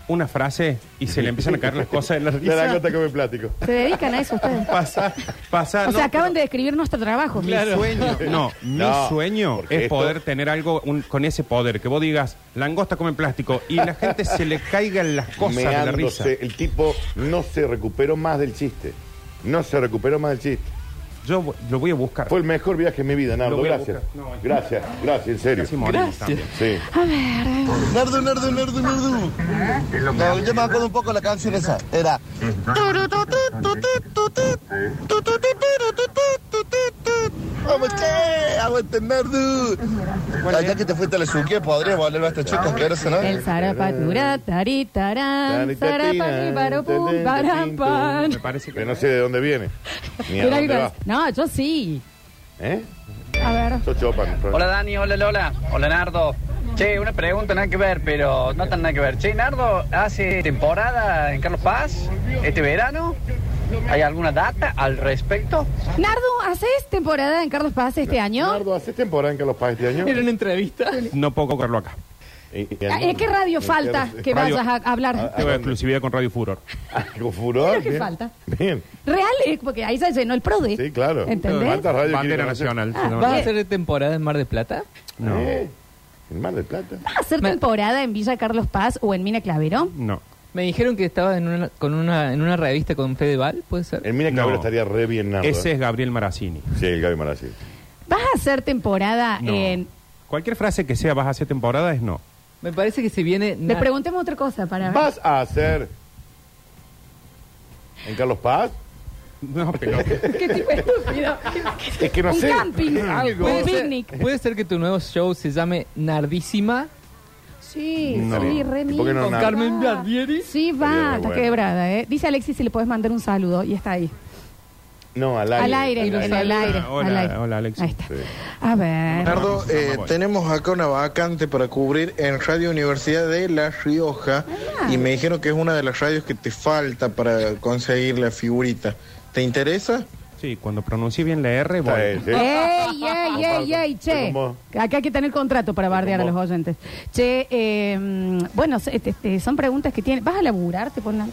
una frase y se le empiezan a caer las cosas en la
La
risa?
anécdota que me platico.
Se dedican a eso ustedes.
Pasa, pasa.
Ah,
o
no,
sea, acaban de describir nuestro trabajo.
Mi sueño, no, mi
No,
sueño
porque
es
esto-
poder tener algo un- con ese poder, que vos digas, langosta come plástico y la gente se le caigan las cosas de la risa.
Meándose. El tipo no se recuperó más del chiste. No se recuperó más del chiste.
Yo vo- lo voy a buscar.
Fue el mejor viaje de mi vida, Nardo.
Lo voy a
Gracias.
buscar. No,
gracias, gracias, en serio.
Casi morimos también.
Sí.
Nerdo, nerdo, nerdo, nerdo. No, Eh, yo me acuerdo un poco la canción esa. Era. Vamos, che, aguante, nerdo. Ya que te fuiste a la suquía, podrías volver a este chico, que eres, ¿no?
El zarapatura, taritarán, zarapatiparapum, parapan.
Me parece que
Pero no sé de dónde viene. Ni a
Era
dónde
algo
va.
así. No, yo sí.
¿Eh?
A ver.
Sos Chopin.
Hola Dani, hola Lola, hola Nardo. Che, una pregunta nada que ver, pero no tan nada que ver. Che, Nardo, hace temporada en Carlos Paz, este verano. ¿Hay alguna data al respecto?
Nardo, ¿haces temporada en Carlos Paz este año?
Nardo, ¿haces temporada en Carlos Paz este año?
Era una entrevista.
no puedo cogerlo acá.
¿A- ¿En qué radio falta que
Radio-
vayas a
Ah,
hablar?
Tengo exclusividad con Radio Furor.
Con furor.
Creo que
bien.
falta.
Bien,
Real es porque ahí se llenó el PRODE.
sí, claro.
¿Entendés?
¿Cuántas radios quiere
Bandera
conocer?
Nacional.
Ah,
se llama.
¿Vas a
Eh.
hacer temporada en Mar de Plata?
No,
Eh, en Mar del Plata.
¿Vas a hacer temporada en Villa Carlos Paz o en Mina Clavero?
no.
Ah,
Me dijeron que estaba en una, con una, en una revista con Fedeval, ¿puede ser?
En Mina Cabrera
No.
estaría re bien Nardo. ¿eh?
Ese es Gabriel Maracini.
Sí, el Gaby Marazzi.
¿Vas a hacer temporada
No.
en...?
Cualquier frase que sea vas a hacer temporada es no.
Me parece que si viene...
Le
Nar-
preguntemos otra cosa para ver.
¿Vas a hacer en Carlos Paz?
No, pero
¿Qué tipo de estúpido?
Es que no
un
sé.
camping,
Algo.
un
¿Puede ser-
picnic.
Puede ser que tu nuevo show se llame Nardísima.
Sí,
No.
sí, Remy.
¿Y por qué no
Con
nada?
Carmen
Ah.
Barbieri.
Sí,
Estaría
va,
muy
está
bueno.
quebrada, ¿eh? Dice Alexis si le podés mandar un saludo y está ahí.
No, al aire.
Al aire,
Al
en el
saluda.
aire.
Hola,
al aire.
hola, Alexis.
Ahí está.
Sí.
A ver.
Nardo, eh,
tenemos acá una vacante para cubrir en Radio Universidad de La Rioja
y me
dijeron que es una de las radios que te falta para conseguir la figurita. ¿Te interesa?
Sí, cuando pronuncie bien la R, voy.
Está bien, sí.
¡Ey, ey, ey, ey!
Estoy
Che,
con vos.
acá hay que tener contrato para bardear a
con
los
vos.
oyentes. Che, eh, mm, bueno, se- este, este, son preguntas que tienen. ¿Vas a laburar? Te ponen...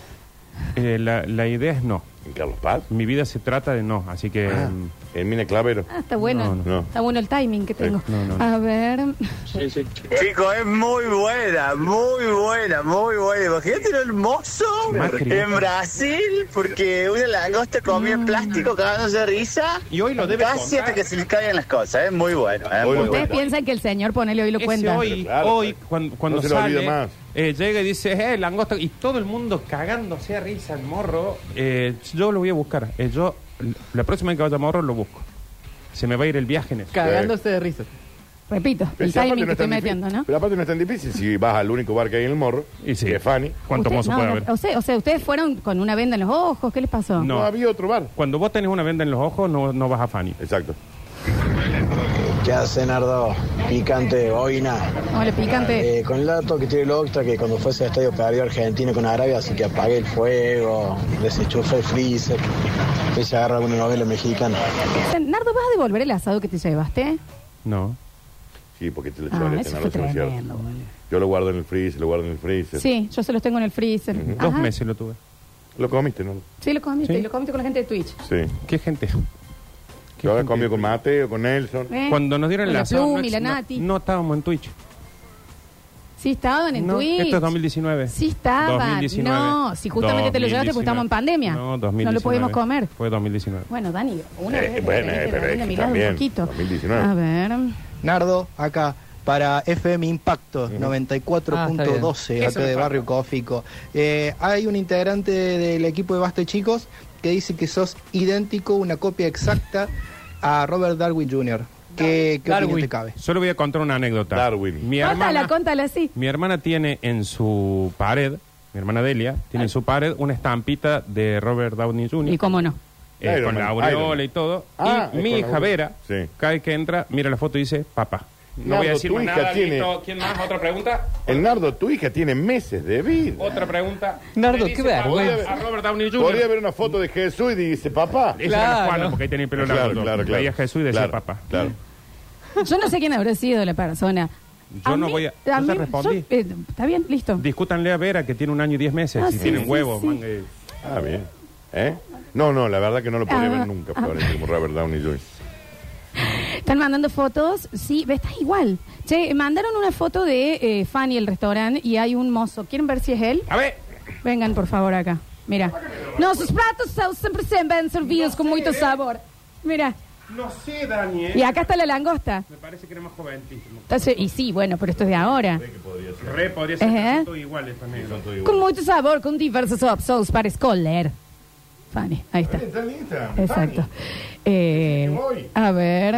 Eh, la, la idea es no.
¿En Carlos Paz?
Mi vida se trata de no, así que...
Ah,
mm,
en Mina Clavero.
Ah, está bueno.
No, no.
Está bueno el timing que tengo.
no, no, no.
A ver.
Chicos, es muy buena, muy buena, muy buena. Imagínate lo hermoso
Macri.
en Brasil, porque una langosta comía plástico cagándose de risa.
Y hoy lo debe
Casi
contar.
hasta que se le caigan las cosas, es muy bueno. es muy
Hoy lo
bueno.
Ustedes
cuenta.
piensan que el señor ponele hoy lo
Ese
cuenta.
hoy,
Claro,
hoy
claro.
cuando, cuando
No se lo
sale,
olvide más.
eh, llega y dice, eh, langosta, y todo el mundo cagándose a risa al morro, eh, yo lo voy a buscar. Eh, yo, la próxima vez que vaya a morro, lo busco. Se me va a ir el viaje en eso.
Cagándose de risa.
Repito, el
si aparte
timing
no
que
es tan
estoy
difícil-
metiendo, ¿no?
Pero aparte no es tan difícil si vas al único bar que hay en el morro, y si es Fanny.
Ustedes- no, no, O sea, o sea, ustedes fueron con una venda en los ojos, ¿qué les pasó?
No. No,
había otro bar.
Cuando vos tenés una venda en los ojos, no, no vas a Fanny.
Exacto.
¿Qué hace Nardo? Picante, boina.
Hola, picante.
Eh, con el dato que tiene el Octa, que cuando fuese al estadio perdió Argentina con Arabia, así que apague el fuego, desenchufe el freezer, que se agarra alguna novela mexicana.
Nardo, ¿vas a devolver el asado que te llevaste?
No.
Sí, porque te lo
Ah,
choré,
eso
tenés
fue
razón, es cierto.
tremendo,
Yo lo guardo en el freezer, lo guardo en el freezer.
Sí, yo se los tengo en el freezer. Ajá.
Dos meses lo tuve.
Lo comiste, ¿no?
Sí, lo comiste,
Sí.
y lo comiste con la gente de Twitch.
Sí.
¿Qué gente?
Yo había comido con Mateo, con Nelson.
Eh.
Cuando nos dieron
Con
el
la
asado, no,
Plumi, la
no-
Nati.
no estábamos en Twitch.
Sí, estaban en
No,
Twitch.
Esto es 2019.
Sí estaban.
2019.
No, si justamente te lo llevaste porque estábamos en pandemia.
No,
No
2019.
lo pudimos comer.
Fue 2019.
Bueno, Dani, una
Eh,
vez.
bueno,
tenés
eh,
que
pero
darle
es
una
que
mirada
también,
un poquito.
2019.
A ver.
Nardo, acá, para FM Impacto 94.12,
Ah, está
acá
bien.
de Barrio Cófico. Eh, hay un integrante del equipo de Basta Chicos que dice que sos idéntico, una copia exacta a Robert Darwin Jr. ¿Qué, qué opinión te cabe?
Solo voy a contar una anécdota. Darwin. Mi
Contala,
hermana,
contala así.
mi hermana tiene en su pared, mi hermana Delia, tiene en su pared una estampita de Robert Downey Jr.
Y cómo no.
eh,
Iron
con
Man,
la
Iron
aureola
Man.
y todo.
Ah,
y mi
es con la
hija
aureola.
Vera,
Sí.
cada vez que entra, mira la foto y dice, papá. No
Nardo,
voy a decir
tu
más
hija
nada.
tiene-
listo. ¿Quién más? ¿Otra pregunta?
El Nardo, tu hija tiene meses de vida.
Otra pregunta.
Nardo,
Le dice
qué vergüenza.
papá A Robert Downey Jr.
Podría ver una foto de Jesús y dice, papá.
Esa era Claro. Juana, porque ahí tenía el pelo largo.
Claro, claro, claro.
Veía a Jesús y decía,
Claro,
papá.
Claro.
Yo no sé quién habrá sido la persona.
Yo no voy a- yo te respondí.
yo- eh, Está bien, listo.
Discútanle a Vera que tiene un año y diez meses
Ah,
y
sí,
tienen
sí,
huevos.
sí.
manga y-
Ah, bien. ¿Eh? No, no, la verdad que no lo podría
Ah,
ver nunca,
ah.
probablemente, como Robert Downey Jr.
Están mandando fotos. Sí, ve, estás igual. Che, mandaron una foto de eh, Fanny el restaurante y hay un mozo. ¿Quieren ver si es él?
A ver.
Vengan, por favor, acá. Mira. Nuestros platos son- siempre se ven servidos con mucho sabor. Mira.
No sé, Daniel.
Y acá está la langosta.
Me parece que era más joventísimo.
Entonces, y sí, bueno, pero esto es de ahora.
Re podría ser.
Ejé.
Son todos iguales también.
Con mucho sabor, con diversas opciones para escoger. Fanny, ahí está. Exacto. Eh, a ver.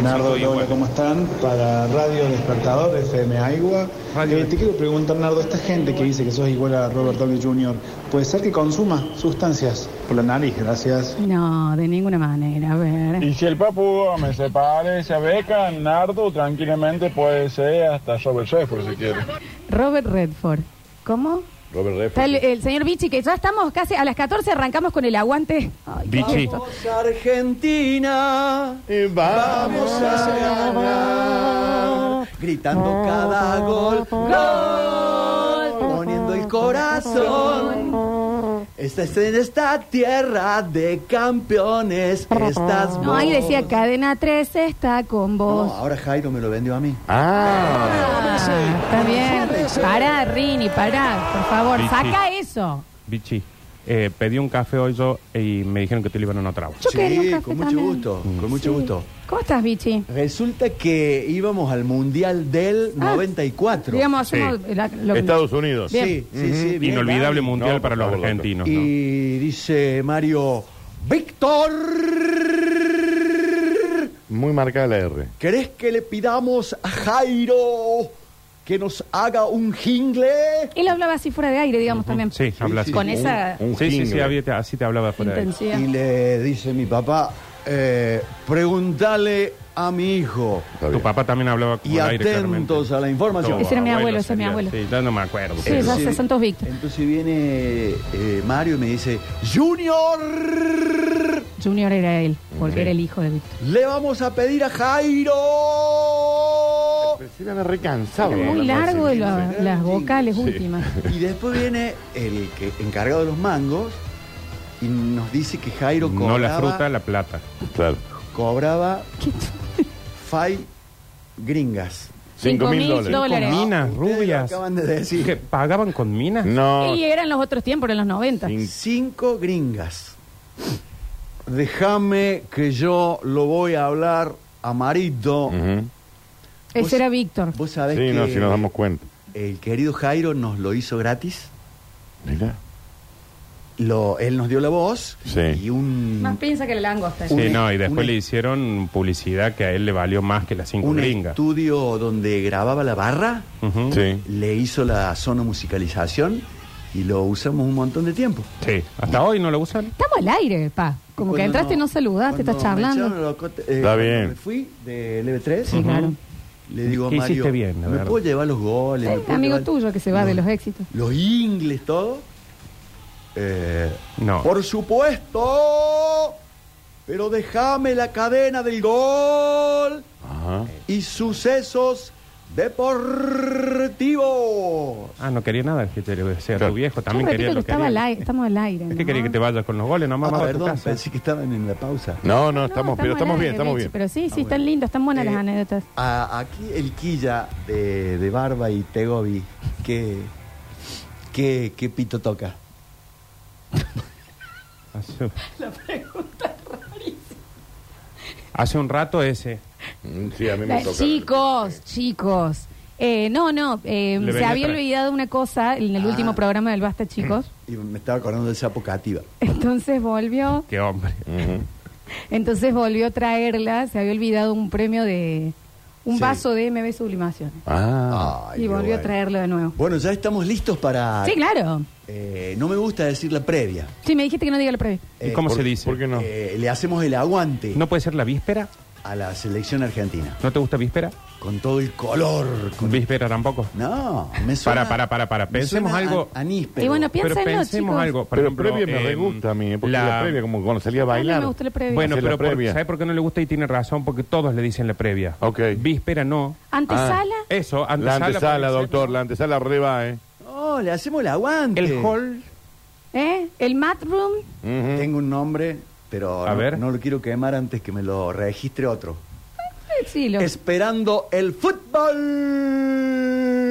Nardo, hola, ¿cómo están? Para Radio Despertador, FM Aigua. Eh, te quiero preguntar, Nardo, esta gente que dice que sos igual a Robert Downey Jr., ¿puede ser que consuma sustancias por la nariz? Gracias.
No, de ninguna manera. A ver.
Y si el Papu Gómez se parece a Beca, Nardo tranquilamente puede ser hasta Robert Sheffield si quiere.
Robert Redford. ¿Cómo?
Robert
Está el, el señor Vichy, que ya estamos casi a las 14, arrancamos con el aguante. Ay, qué
Vichy.
gusto.
Argentina,
vamos
a ganar. Gritando cada gol, gol, poniendo el corazón. Esta es en esta tierra de campeones, estás
No, ahí
vos.
decía cadena 3 está con vos.
No, ahora Jairo me lo vendió a mí.
Ah, está bien. Pará, Rini, pará, por favor.
Vichy.
Saca eso.
Vichy, eh, pedí un café hoy yo y me dijeron que te lo iban a notar.
Yo quería un café
con mucho
también.
gusto, con mucho gusto.
¿Cómo estás, Vichy?
Resulta que íbamos al Mundial del
Ah,
94.
Digamos, hacemos la- lo-
Unidos.
Bien.
Sí, sí, sí. bien,
Inolvidable
Gaby.
mundial para los argentinos. ¿no?
Y dice Mario, Víctor,
Muy marcada la R.
¿querés que le pidamos a Jairo que nos haga un jingle?
Él hablaba así fuera de aire, digamos, también.
Sí, habla así.
Con esa...
Sí, sí, sí, había- te- así te hablaba fuera de ahí.
Intensidad.
Y le dice mi papá, eh, pregúntale a mi hijo.
Tu papá también hablaba como
Y
al aire,
atentos a la información.
Ese era mi abuelo, ese es mi
sería,
abuelo.
Sí, ya no me acuerdo.
Sí, ya se son todos Víctor.
Entonces viene eh, Mario y me dice, Junior,
Junior era él, porque era el hijo de Víctor.
Le vamos a pedir a Jairo.
Se me recansado.
Era muy largo de la- las vocales
Sí.
últimas.
Y después viene el que, encargado de los mangos y nos dice que Jairo cobraba,
No la fruta, la plata.
Claro.
cobraba Fai gringas.
Cinco mil dólares. dólares.
Minas
Ustedes lo
rubias.
acaban de decir.
¿Que pagaban con minas?
No.
Y eran los otros tiempos, eran los 90.
Cinco gringas. Déjame que yo lo voy a hablar a Marito.
Ese era Víctor.
Vos sabés
Sí,
que
no, si nos damos cuenta.
el querido Jairo nos lo hizo gratis.
Mira.
lo, él nos dio la voz
Sí.
y un,
Más pinza que la langosta.
Sí,
Un-
no, y después
un-
le hicieron publicidad que a él le valió más que las cinco
un
gringas.
estudio donde grababa la barra,
Ujú.
le hizo la sonomusicalización y lo usamos un montón de tiempo.
Sí, hasta hoy no lo usan.
Estamos al aire, pa. Como que
Cuando
entraste y no
no-
saludaste, estás
Cuando me
charlando.
echaron a los cote- eh,
Está
cuando
bien.
Me fui de LB3.
Sí, claro.
Le digo a
¿Qué
Mario,
hiciste bien, la
¿me
verdad?
puedo llevar los goles? ¿Me
Es
puedo
amigo
llevar
tuyo que se va de los éxitos.
Los ingles, todo. Eh,
No.
Por supuesto, pero déjame la cadena del gol y sucesos deportivos.
Ah, no quería nada, que te o sea, tu viejo
Yo
también quería
repito que
lo que
estaba al
quería.
aire, estamos al aire.
Es
¿no?
que quería que te vayas con los goles, nomás
Ah,
más a tu
perdón,
casa.
pensé que estaban en la pausa.
No, no, estamos, pero
al
estamos
aire,
bien, estamos
Richie,
bien.
Pero sí, sí,
Ah,
están lindos, están buenas las anécdotas.
A- aquí el quilla de, de Barba y Tegobi, ¿qué, qué, qué pito toca?
Hace, hace un rato ese.
Mm, Sí, a mí
La- Eh, chicos, chicos. Eh, no, no, eh,
Le
se
venía
había
atrás.
olvidado una cosa en el
Ah.
último programa del Basta, chicos.
Y me estaba acordando del sapo cativa.
Entonces volvió,
Qué hombre.
Eh,
entonces volvió a traerla, se había olvidado un premio de un
Sí.
vaso de MB Sublimación.
Ah,
y volvió a traerlo de nuevo.
Bueno, ya estamos listos para.
Sí, claro.
Eh, no me gusta decir la previa. Eh,
Sí, me dijiste que no diga la previa.
¿Y cómo se dice? Eh,
¿Por qué no? le hacemos el aguante.
¿No puede ser la víspera?
A la selección argentina.
¿No te gusta víspera?
Con todo el color.
Víspera tampoco.
No, me
Para,
suena.
para, para, para.
me
Pensemos
suena
algo.
a- anís, pero-
Y bueno,
Pero
piénsenlo,
pensemos
chicos.
algo. Por
Pero
ejemplo,
previa me
em,
re gusta a mí, porque la... previa, como cuando salía a
A mí me
bailar.
gusta la previa.
Bueno,
Hacer la
pero por-
previa.
¿sabe por qué no le gusta y tiene razón? Porque todos le dicen la previa.
Ok.
Víspera no.
Antesala.
Eso,
La
antesala.
antesala,
puede ser.
doctor, la antesala re va, ¿eh?
No, le hacemos el aguante.
El hall.
¿Eh? El mat room.
Mm. Tengo un nombre, pero
A
no,
ver.
no lo quiero quemar antes que me lo registre otro.
eh, Sí, lo.
Esperando el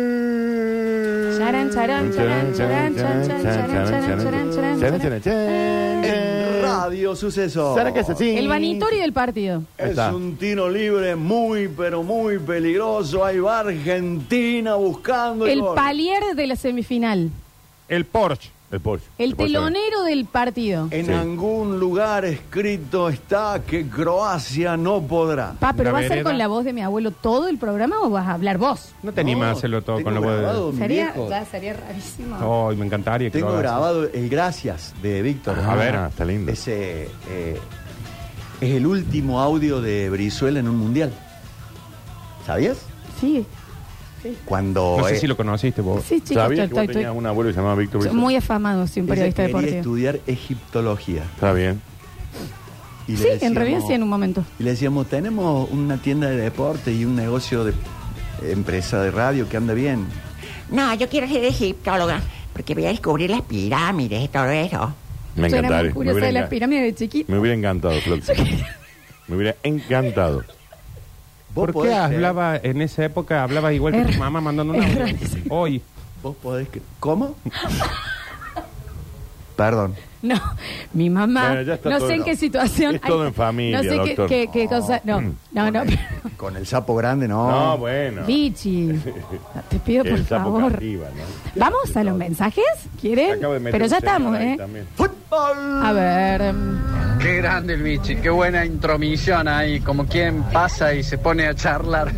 fútbol.
Charan, charan, charan, charan, charan, charan, charan, charan, charan, charan.
En Radio Suceso.
Eh, ¿Será que es así?
El vanitori del partido.
Es
Está.
un tiro libre muy, pero muy peligroso. Ahí va Argentina buscando
El
gol.
palier de la semifinal.
El Porsche.
El Porsche.
El telonero del partido.
En
Sí.
algún lugar escrito está que Croacia no podrá.
Pa, pero
La
¿va a ser
vereda.
con la voz de mi abuelo todo el programa o vas a hablar vos?
No te animas a hacerlo todo
tengo
con la
grabado,
voz
mi
Sería,
viejo.
ya, sería rarísimo.
de. Ay, me encantaría que
Tengo
lo hagas.
grabado el Gracias de Víctor.
Ah, A ver. está lindo.
Ese eh, es el último audio de Brizuela en un mundial. ¿Sabías?
Sí,
Cuando
No sé
eh,
si lo conociste vos.
sí, chicos.
¿Sabías
estoy-
que vos
estoy-
tenías un abuelo que se llamaba Víctor
estoy-
Brizuela?
muy afamado, soy un
ella
periodista
quería
deportivo.
estudiar egiptología.
Está bien.
Y le
Sí, en
decíamos-
realidad sí, en un momento.
Y le decíamos, tenemos una tienda de deporte y un negocio de empresa de radio que anda bien.
No, yo quiero ser egiptóloga, porque voy a descubrir las pirámides y todo eso.
Me
Yo era muy
encantaría. Me
curiosa
hubiera,
de las
enga-
pirámides de chiquito.
me hubiera encantado, Floxy. me hubiera encantado.
Vos
¿Por qué
podés creer-
hablaba en esa época? Hablabas igual que
Es
tu mamá mandando una.
es rarísimo.
Hoy.
Vos podés... cre- ¿Cómo? Perdón.
No, mi mamá.
Bueno, ya está
no
todo
sé en
en-
qué situación.
es todo en familia,
No sé qué-
doctor. Mm.
Qué, qué cosa. No, no, no.
Con el sapo grande, no.
No, bueno.
Vichy, te pido por
El sapo
favor.
cativa, ¿no?
Vamos a los mensajes, ¿quieren?
Acabo de meter
Pero
un
ya
señor
estamos,
ahí
¿eh?
también.
¡Fútbol!
A ver. mm,
Qué grande el bichi, qué buena intromisión ahí, como quien pasa y se pone a charlar.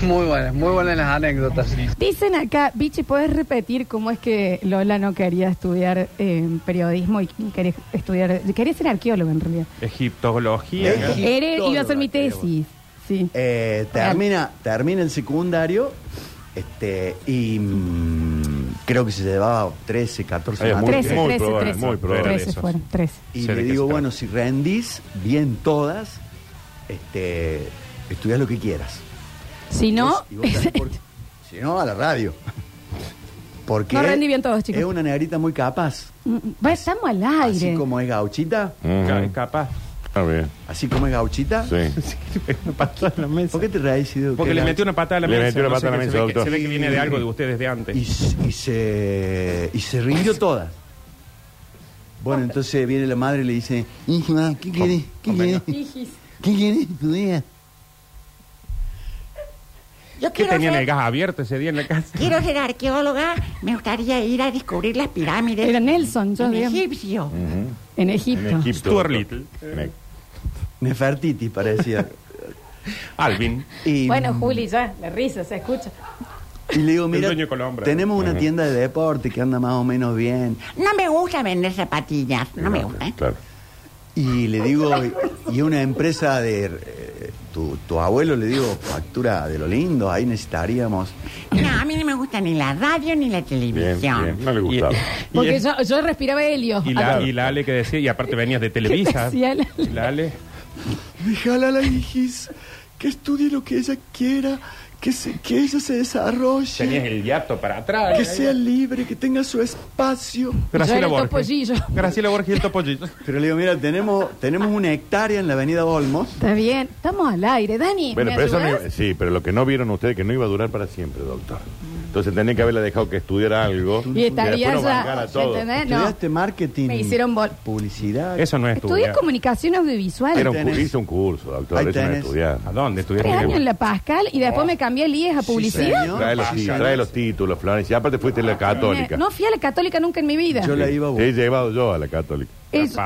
muy buenas, muy buenas las anécdotas.
Dicen acá, Bichi, ¿puedes repetir cómo es que Lola no quería estudiar eh, periodismo y quería estudiar. Quería ser arqueólogo en realidad.
Egiptología.
Egip-
¿no?
Era- iba a hacer mi
Egiptóloga, quería
tesis. Sí.
Eh, termina, termina el secundario este, y mm, creo que se llevaba 13, 14
Eh,
materias.
muy-
13,
muy
13,
probable,
13.
muy probable.
13
Esos.
fueron, 13.
Y
Sé de
le
qué
digo,
se
bueno, si rendís bien todas, este, estudias lo que quieras.
Si no.
Pues, Y vos sabés por- si no, a la radio. Porque
No rendí bien todos, chicos.
Es una negrita muy capaz.
Mm, mm, bueno, estamos al aire.
Así como es gauchita,
Ca-
Ujú.
Capaz.
Está bien.
así como es gauchita.
Sí.
Una patada en la mesa.
¿Por qué te reís? Ido?
Porque
Que
le
la-
metió una patada a la
Le
mesa.
metió una
no sé
patada a la
qué,
mesa,
se ve que- Se
doctor.
ve que viene de algo de ustedes de antes.
y, s- y se y se rindió toda. Bueno, entonces viene la madre y le dice, hija, ¿qué quieres? ¿Qué quieres? ¿Qué quieres estudiar?
Yo
¿Qué
quiero
tenían
ser-
el gas abierto ese día en la casa?
Quiero ser arqueóloga, me gustaría ir a descubrir las pirámides.
Era Nelson, yo
en
digo.
egipcio.
En Egipto.
Stuart Little.
Nefertiti parecía.
Alvin.
Y,
Bueno, Juli, ya, la risa se escucha.
y le digo, mira,
dueño de Colombia".
tenemos una
Ajá.
tienda de deporte que anda más o menos bien.
No me gusta vender zapatillas, no, me gusta. ¿eh?
Y le digo, y una empresa de... eh, tu, tu abuelo le digo, factura de lo lindo, ahí necesitaríamos.
No, a mí no me gusta ni la radio ni la televisión.
no le gustaba.
Porque yo, yo respiraba helio.
Y
Ah,
la, y la Ale que decía, y aparte venías de Televisa.
decía la-
Y la Ale.
Déjala la hijis, que estudie lo que ella quiera, que, se- que ella se desarrolle.
Tenías el yato para atrás.
Que sea libre, que tenga su espacio.
Graciela Yo era el Borges. topollillo.
Graciela Borges y el topollillo. Pero le digo, mira, tenemos, tenemos una hectárea en la avenida Olmos.
Está bien, estamos al aire. Dani,
Bueno,
¿me
pero eso no
ayudás?
iba- sí, pero lo que no vieron ustedes que no iba a durar para siempre, doctor. Entonces tenía que haberle dejado que estudiara algo.
Y estaría
después nos
ya,
bancara todo.
¿entendés? Ah, No.
Estudiaste marketing.
Me hicieron bol-
Publicidad.
Eso no es
Estudié
estudiar.
comunicación audiovisual.
Era un
Tres
cu- hizo un curso, doctor.
Ahí
Eso no es
tenés. Ah,
estudiar.
¿A dónde
años en la Pascal y
Oh.
después me cambié el IES a publicidad.
Trae
Ah,
los, sí, trae los títulos, Florencia. Aparte fuiste a la
Ah, Me-
católica.
no fui a la católica nunca en mi vida.
a
Te he llevado yo a la católica.
Eso-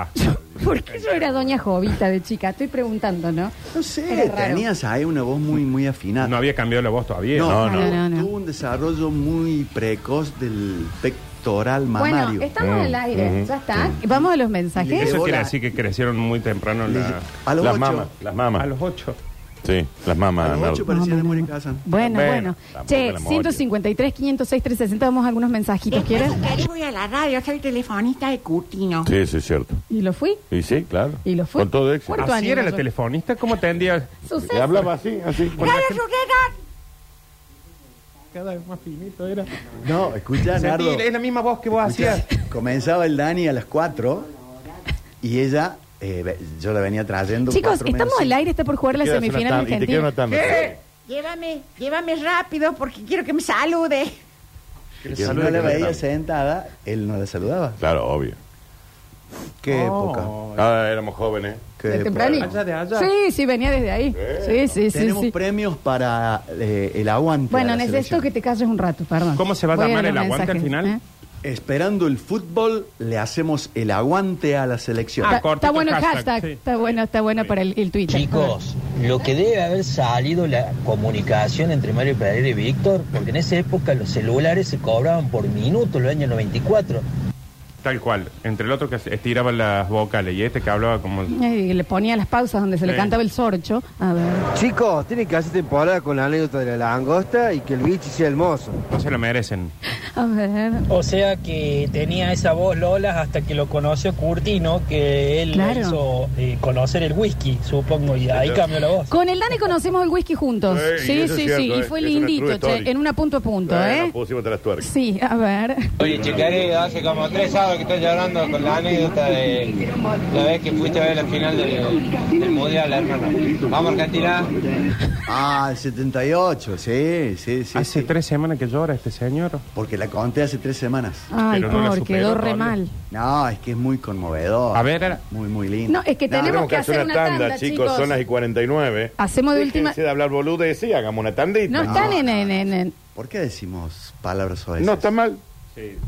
¿Por qué yo era doña Jovita de chica? Estoy preguntando, ¿no?
No sé, tenías ahí una voz muy, muy afinada.
No había cambiado la voz todavía.
No,
No, no, no.
Tuvo un desarrollo muy precoz del pectoral mamario.
Bueno, estamos
Mm,
en
al aire, ya está. Vamos a los mensajes.
Eso quiere
Hola.
decir que crecieron muy temprano la-
A los
las
ocho.
mamas, las mamas.
a los ocho.
Sí, las mamas.
A los
Nardo.
ocho parecía de More Kazan.
Bueno, bueno.
tampoco
Che,
la memoria.
153, 506, 360, vamos a algunos mensajitos,
Después,
¿quieres?
si querés, voy a la radio, soy telefonista de Curtino.
Sí, sí, es cierto.
Y lo fui.
Y sí, claro.
Y lo fue.
Con todo éxito.
Cuarto
Así
año,
era
no
la
sé.
telefonista, ¿cómo tendía?
Suceso.
Le hablaba así, así. con
¡Dale,
la-
Rurregar!
Cada vez más finito era.
No, escuchá, Nardo.
es la misma voz que vos
Escuchá,
hacías.
Comenzaba el Dani a las 4 y ella, eh, ve- yo la venía trayendo.
Chicos,
cuatro
estamos
menos
al aire, está por jugar la
Quedas una
semifinal
tan- y te queda
argentina.
una tanda.
¿Qué? Llévame, llévame rápido porque quiero que me salude.
cinco. Si no la ¿eh? veía sentada, él no la saludaba.
Claro, obvio.
Qué
Oh.
Oh.
época.
Ah, éramos jóvenes.
qué
De
época.
tempranito. Sí, sí, venía desde ahí.
Eh,
Sí, sí, sí.
Tenemos
sí.
premios para eh, el aguante.
Bueno,
a la
necesito
selección.
que te calles un rato, perdón.
¿Cómo se va a
Voy
llamar
los
el aguante al
mensajes,
final? Ah,
¿eh?
Esperando el fútbol, le hacemos el aguante a la selección.
Ah,
Está
cortito
bueno el
hashtag,
hashtag,
sí.
está bueno, está bueno para el, el Twitter.
Chicos, lo que debe haber salido la comunicación entre Mario Pereira y Víctor, porque en esa época los celulares se cobraban por minuto, en los años 94.
Tal cual. Entre el otro que estiraba las vocales y este que hablaba como.
Eh, Y le ponía las pausas donde se le
Sí.
cantaba el sorcho. A ver.
Chicos, tienen que hacer temporada con la anécdota de la langosta y que el bichi sea hermoso.
No se lo merecen.
A ver.
O sea que tenía esa voz Lola hasta que lo conoció Curtino, que él
Claro.
le hizo eh, conocer el whisky, supongo, y ahí cambió la voz.
Con el Dani conocemos el whisky juntos.
Sí,
Sí,
eso
sí,
es cierto,
sí. Y
eh.
fue
Es una true
lindito,
story.
che, en una punto a punto,
Eh,
¿eh?
nos pusimos tras tuercas.
Sí, a ver.
Oye, chiquerido, hace como tres sábados que estoy llorando con la anécdota de la vez que fuiste a ver la final del, del Mundial, hermano. Vamos, Argentina.
Ah, el 78, sí, sí, sí.
Hace
sí.
tres semanas que llora este señor.
Porque la conté hace tres semanas.
Ay,
Pero no la
por,
superó
quedó re
todavía.
mal.
No, es que es muy conmovedor.
A ver, era-
Muy, muy lindo.
No, es que tenemos que hacer una tanda, chicos.
Son las y 49.
Hacemos de
Déjense
última.
de hablar boludo sí, hagamos una tandita.
No están en. en, en- en-
¿Por qué decimos palabras suaves?
No está mal.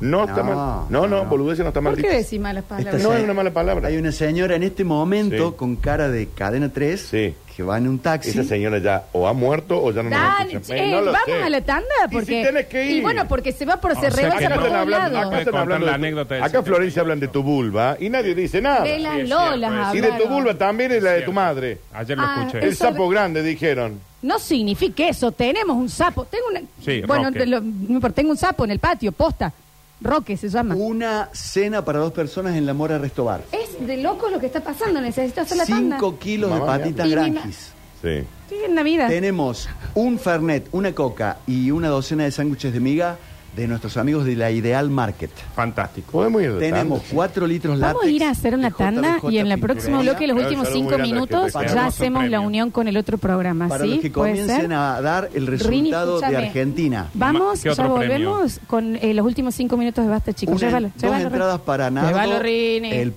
No está
No,
mal. No, no, boludez no está mal.
¿Por qué decís malas palabras?
No es una mala palabra.
Hay una señora en este momento
Sí.
con cara de cadena 3
Sí.
que va en un taxi.
Esa señora ya o ha muerto o ya no nos
Dani,
escucha.
che,
Eh, no lo
vamos
sé.
a la tanda porque.
tenés que ir.
y bueno, porque se va por se
O sea,
rebasa
que
por
no
todos
están hablando,
lados.
acá
Están
Contar
hablando
la
de tu-
anécdota del
Acá en Florencia hablan de tu vulva y nadie dice nada.
De las
Sí, es cierto,
Lolas
es
Y de tu
hablaron.
vulva también es la de tu madre.
Ayer lo
Ah,
escuché.
El
Eso de-
sapo grande, dijeron.
No significa eso. Tenemos un sapo. Tengo una.
Sí,
bueno,
Roque.
te lo- no importa, tengo un sapo en el patio, posta. Roque se llama.
Una cena para dos personas en la Mora Restobar.
Es de locos lo que está pasando. Necesito hacer la tanda.
Cinco kilos de
Mamá,
patitas
mira.
granjis.
Sí.
Estoy en Navidad.
Tenemos un Fernet, una coca y una docena de sándwiches de miga de nuestros amigos de la Ideal Market.
Fantástico.
Podemos ir de
Tenemos
tanda.
cuatro litros látex.
Vamos a ir a hacer una
de
tanda
JBJ
y en la próxima
Pinturería.
bloque, los
Claro,
últimos
salgo
cinco
muy grande,
minutos,
que te
ya
hagamos un
hacemos la
premio.
unión con el otro programa.
Para
¿sí?
los que
¿Puede
comiencen
ser?
a dar el
Rini,
resultado de
escúchame.
Argentina.
Vamos,
¿Qué
ya
otro premio?
volvemos con eh, los últimos cinco minutos de Basta, chicos.
Una-
Llévalo,
dos
llévalo, Rini.
entradas para Nardo.
Llévalo, Rini.
el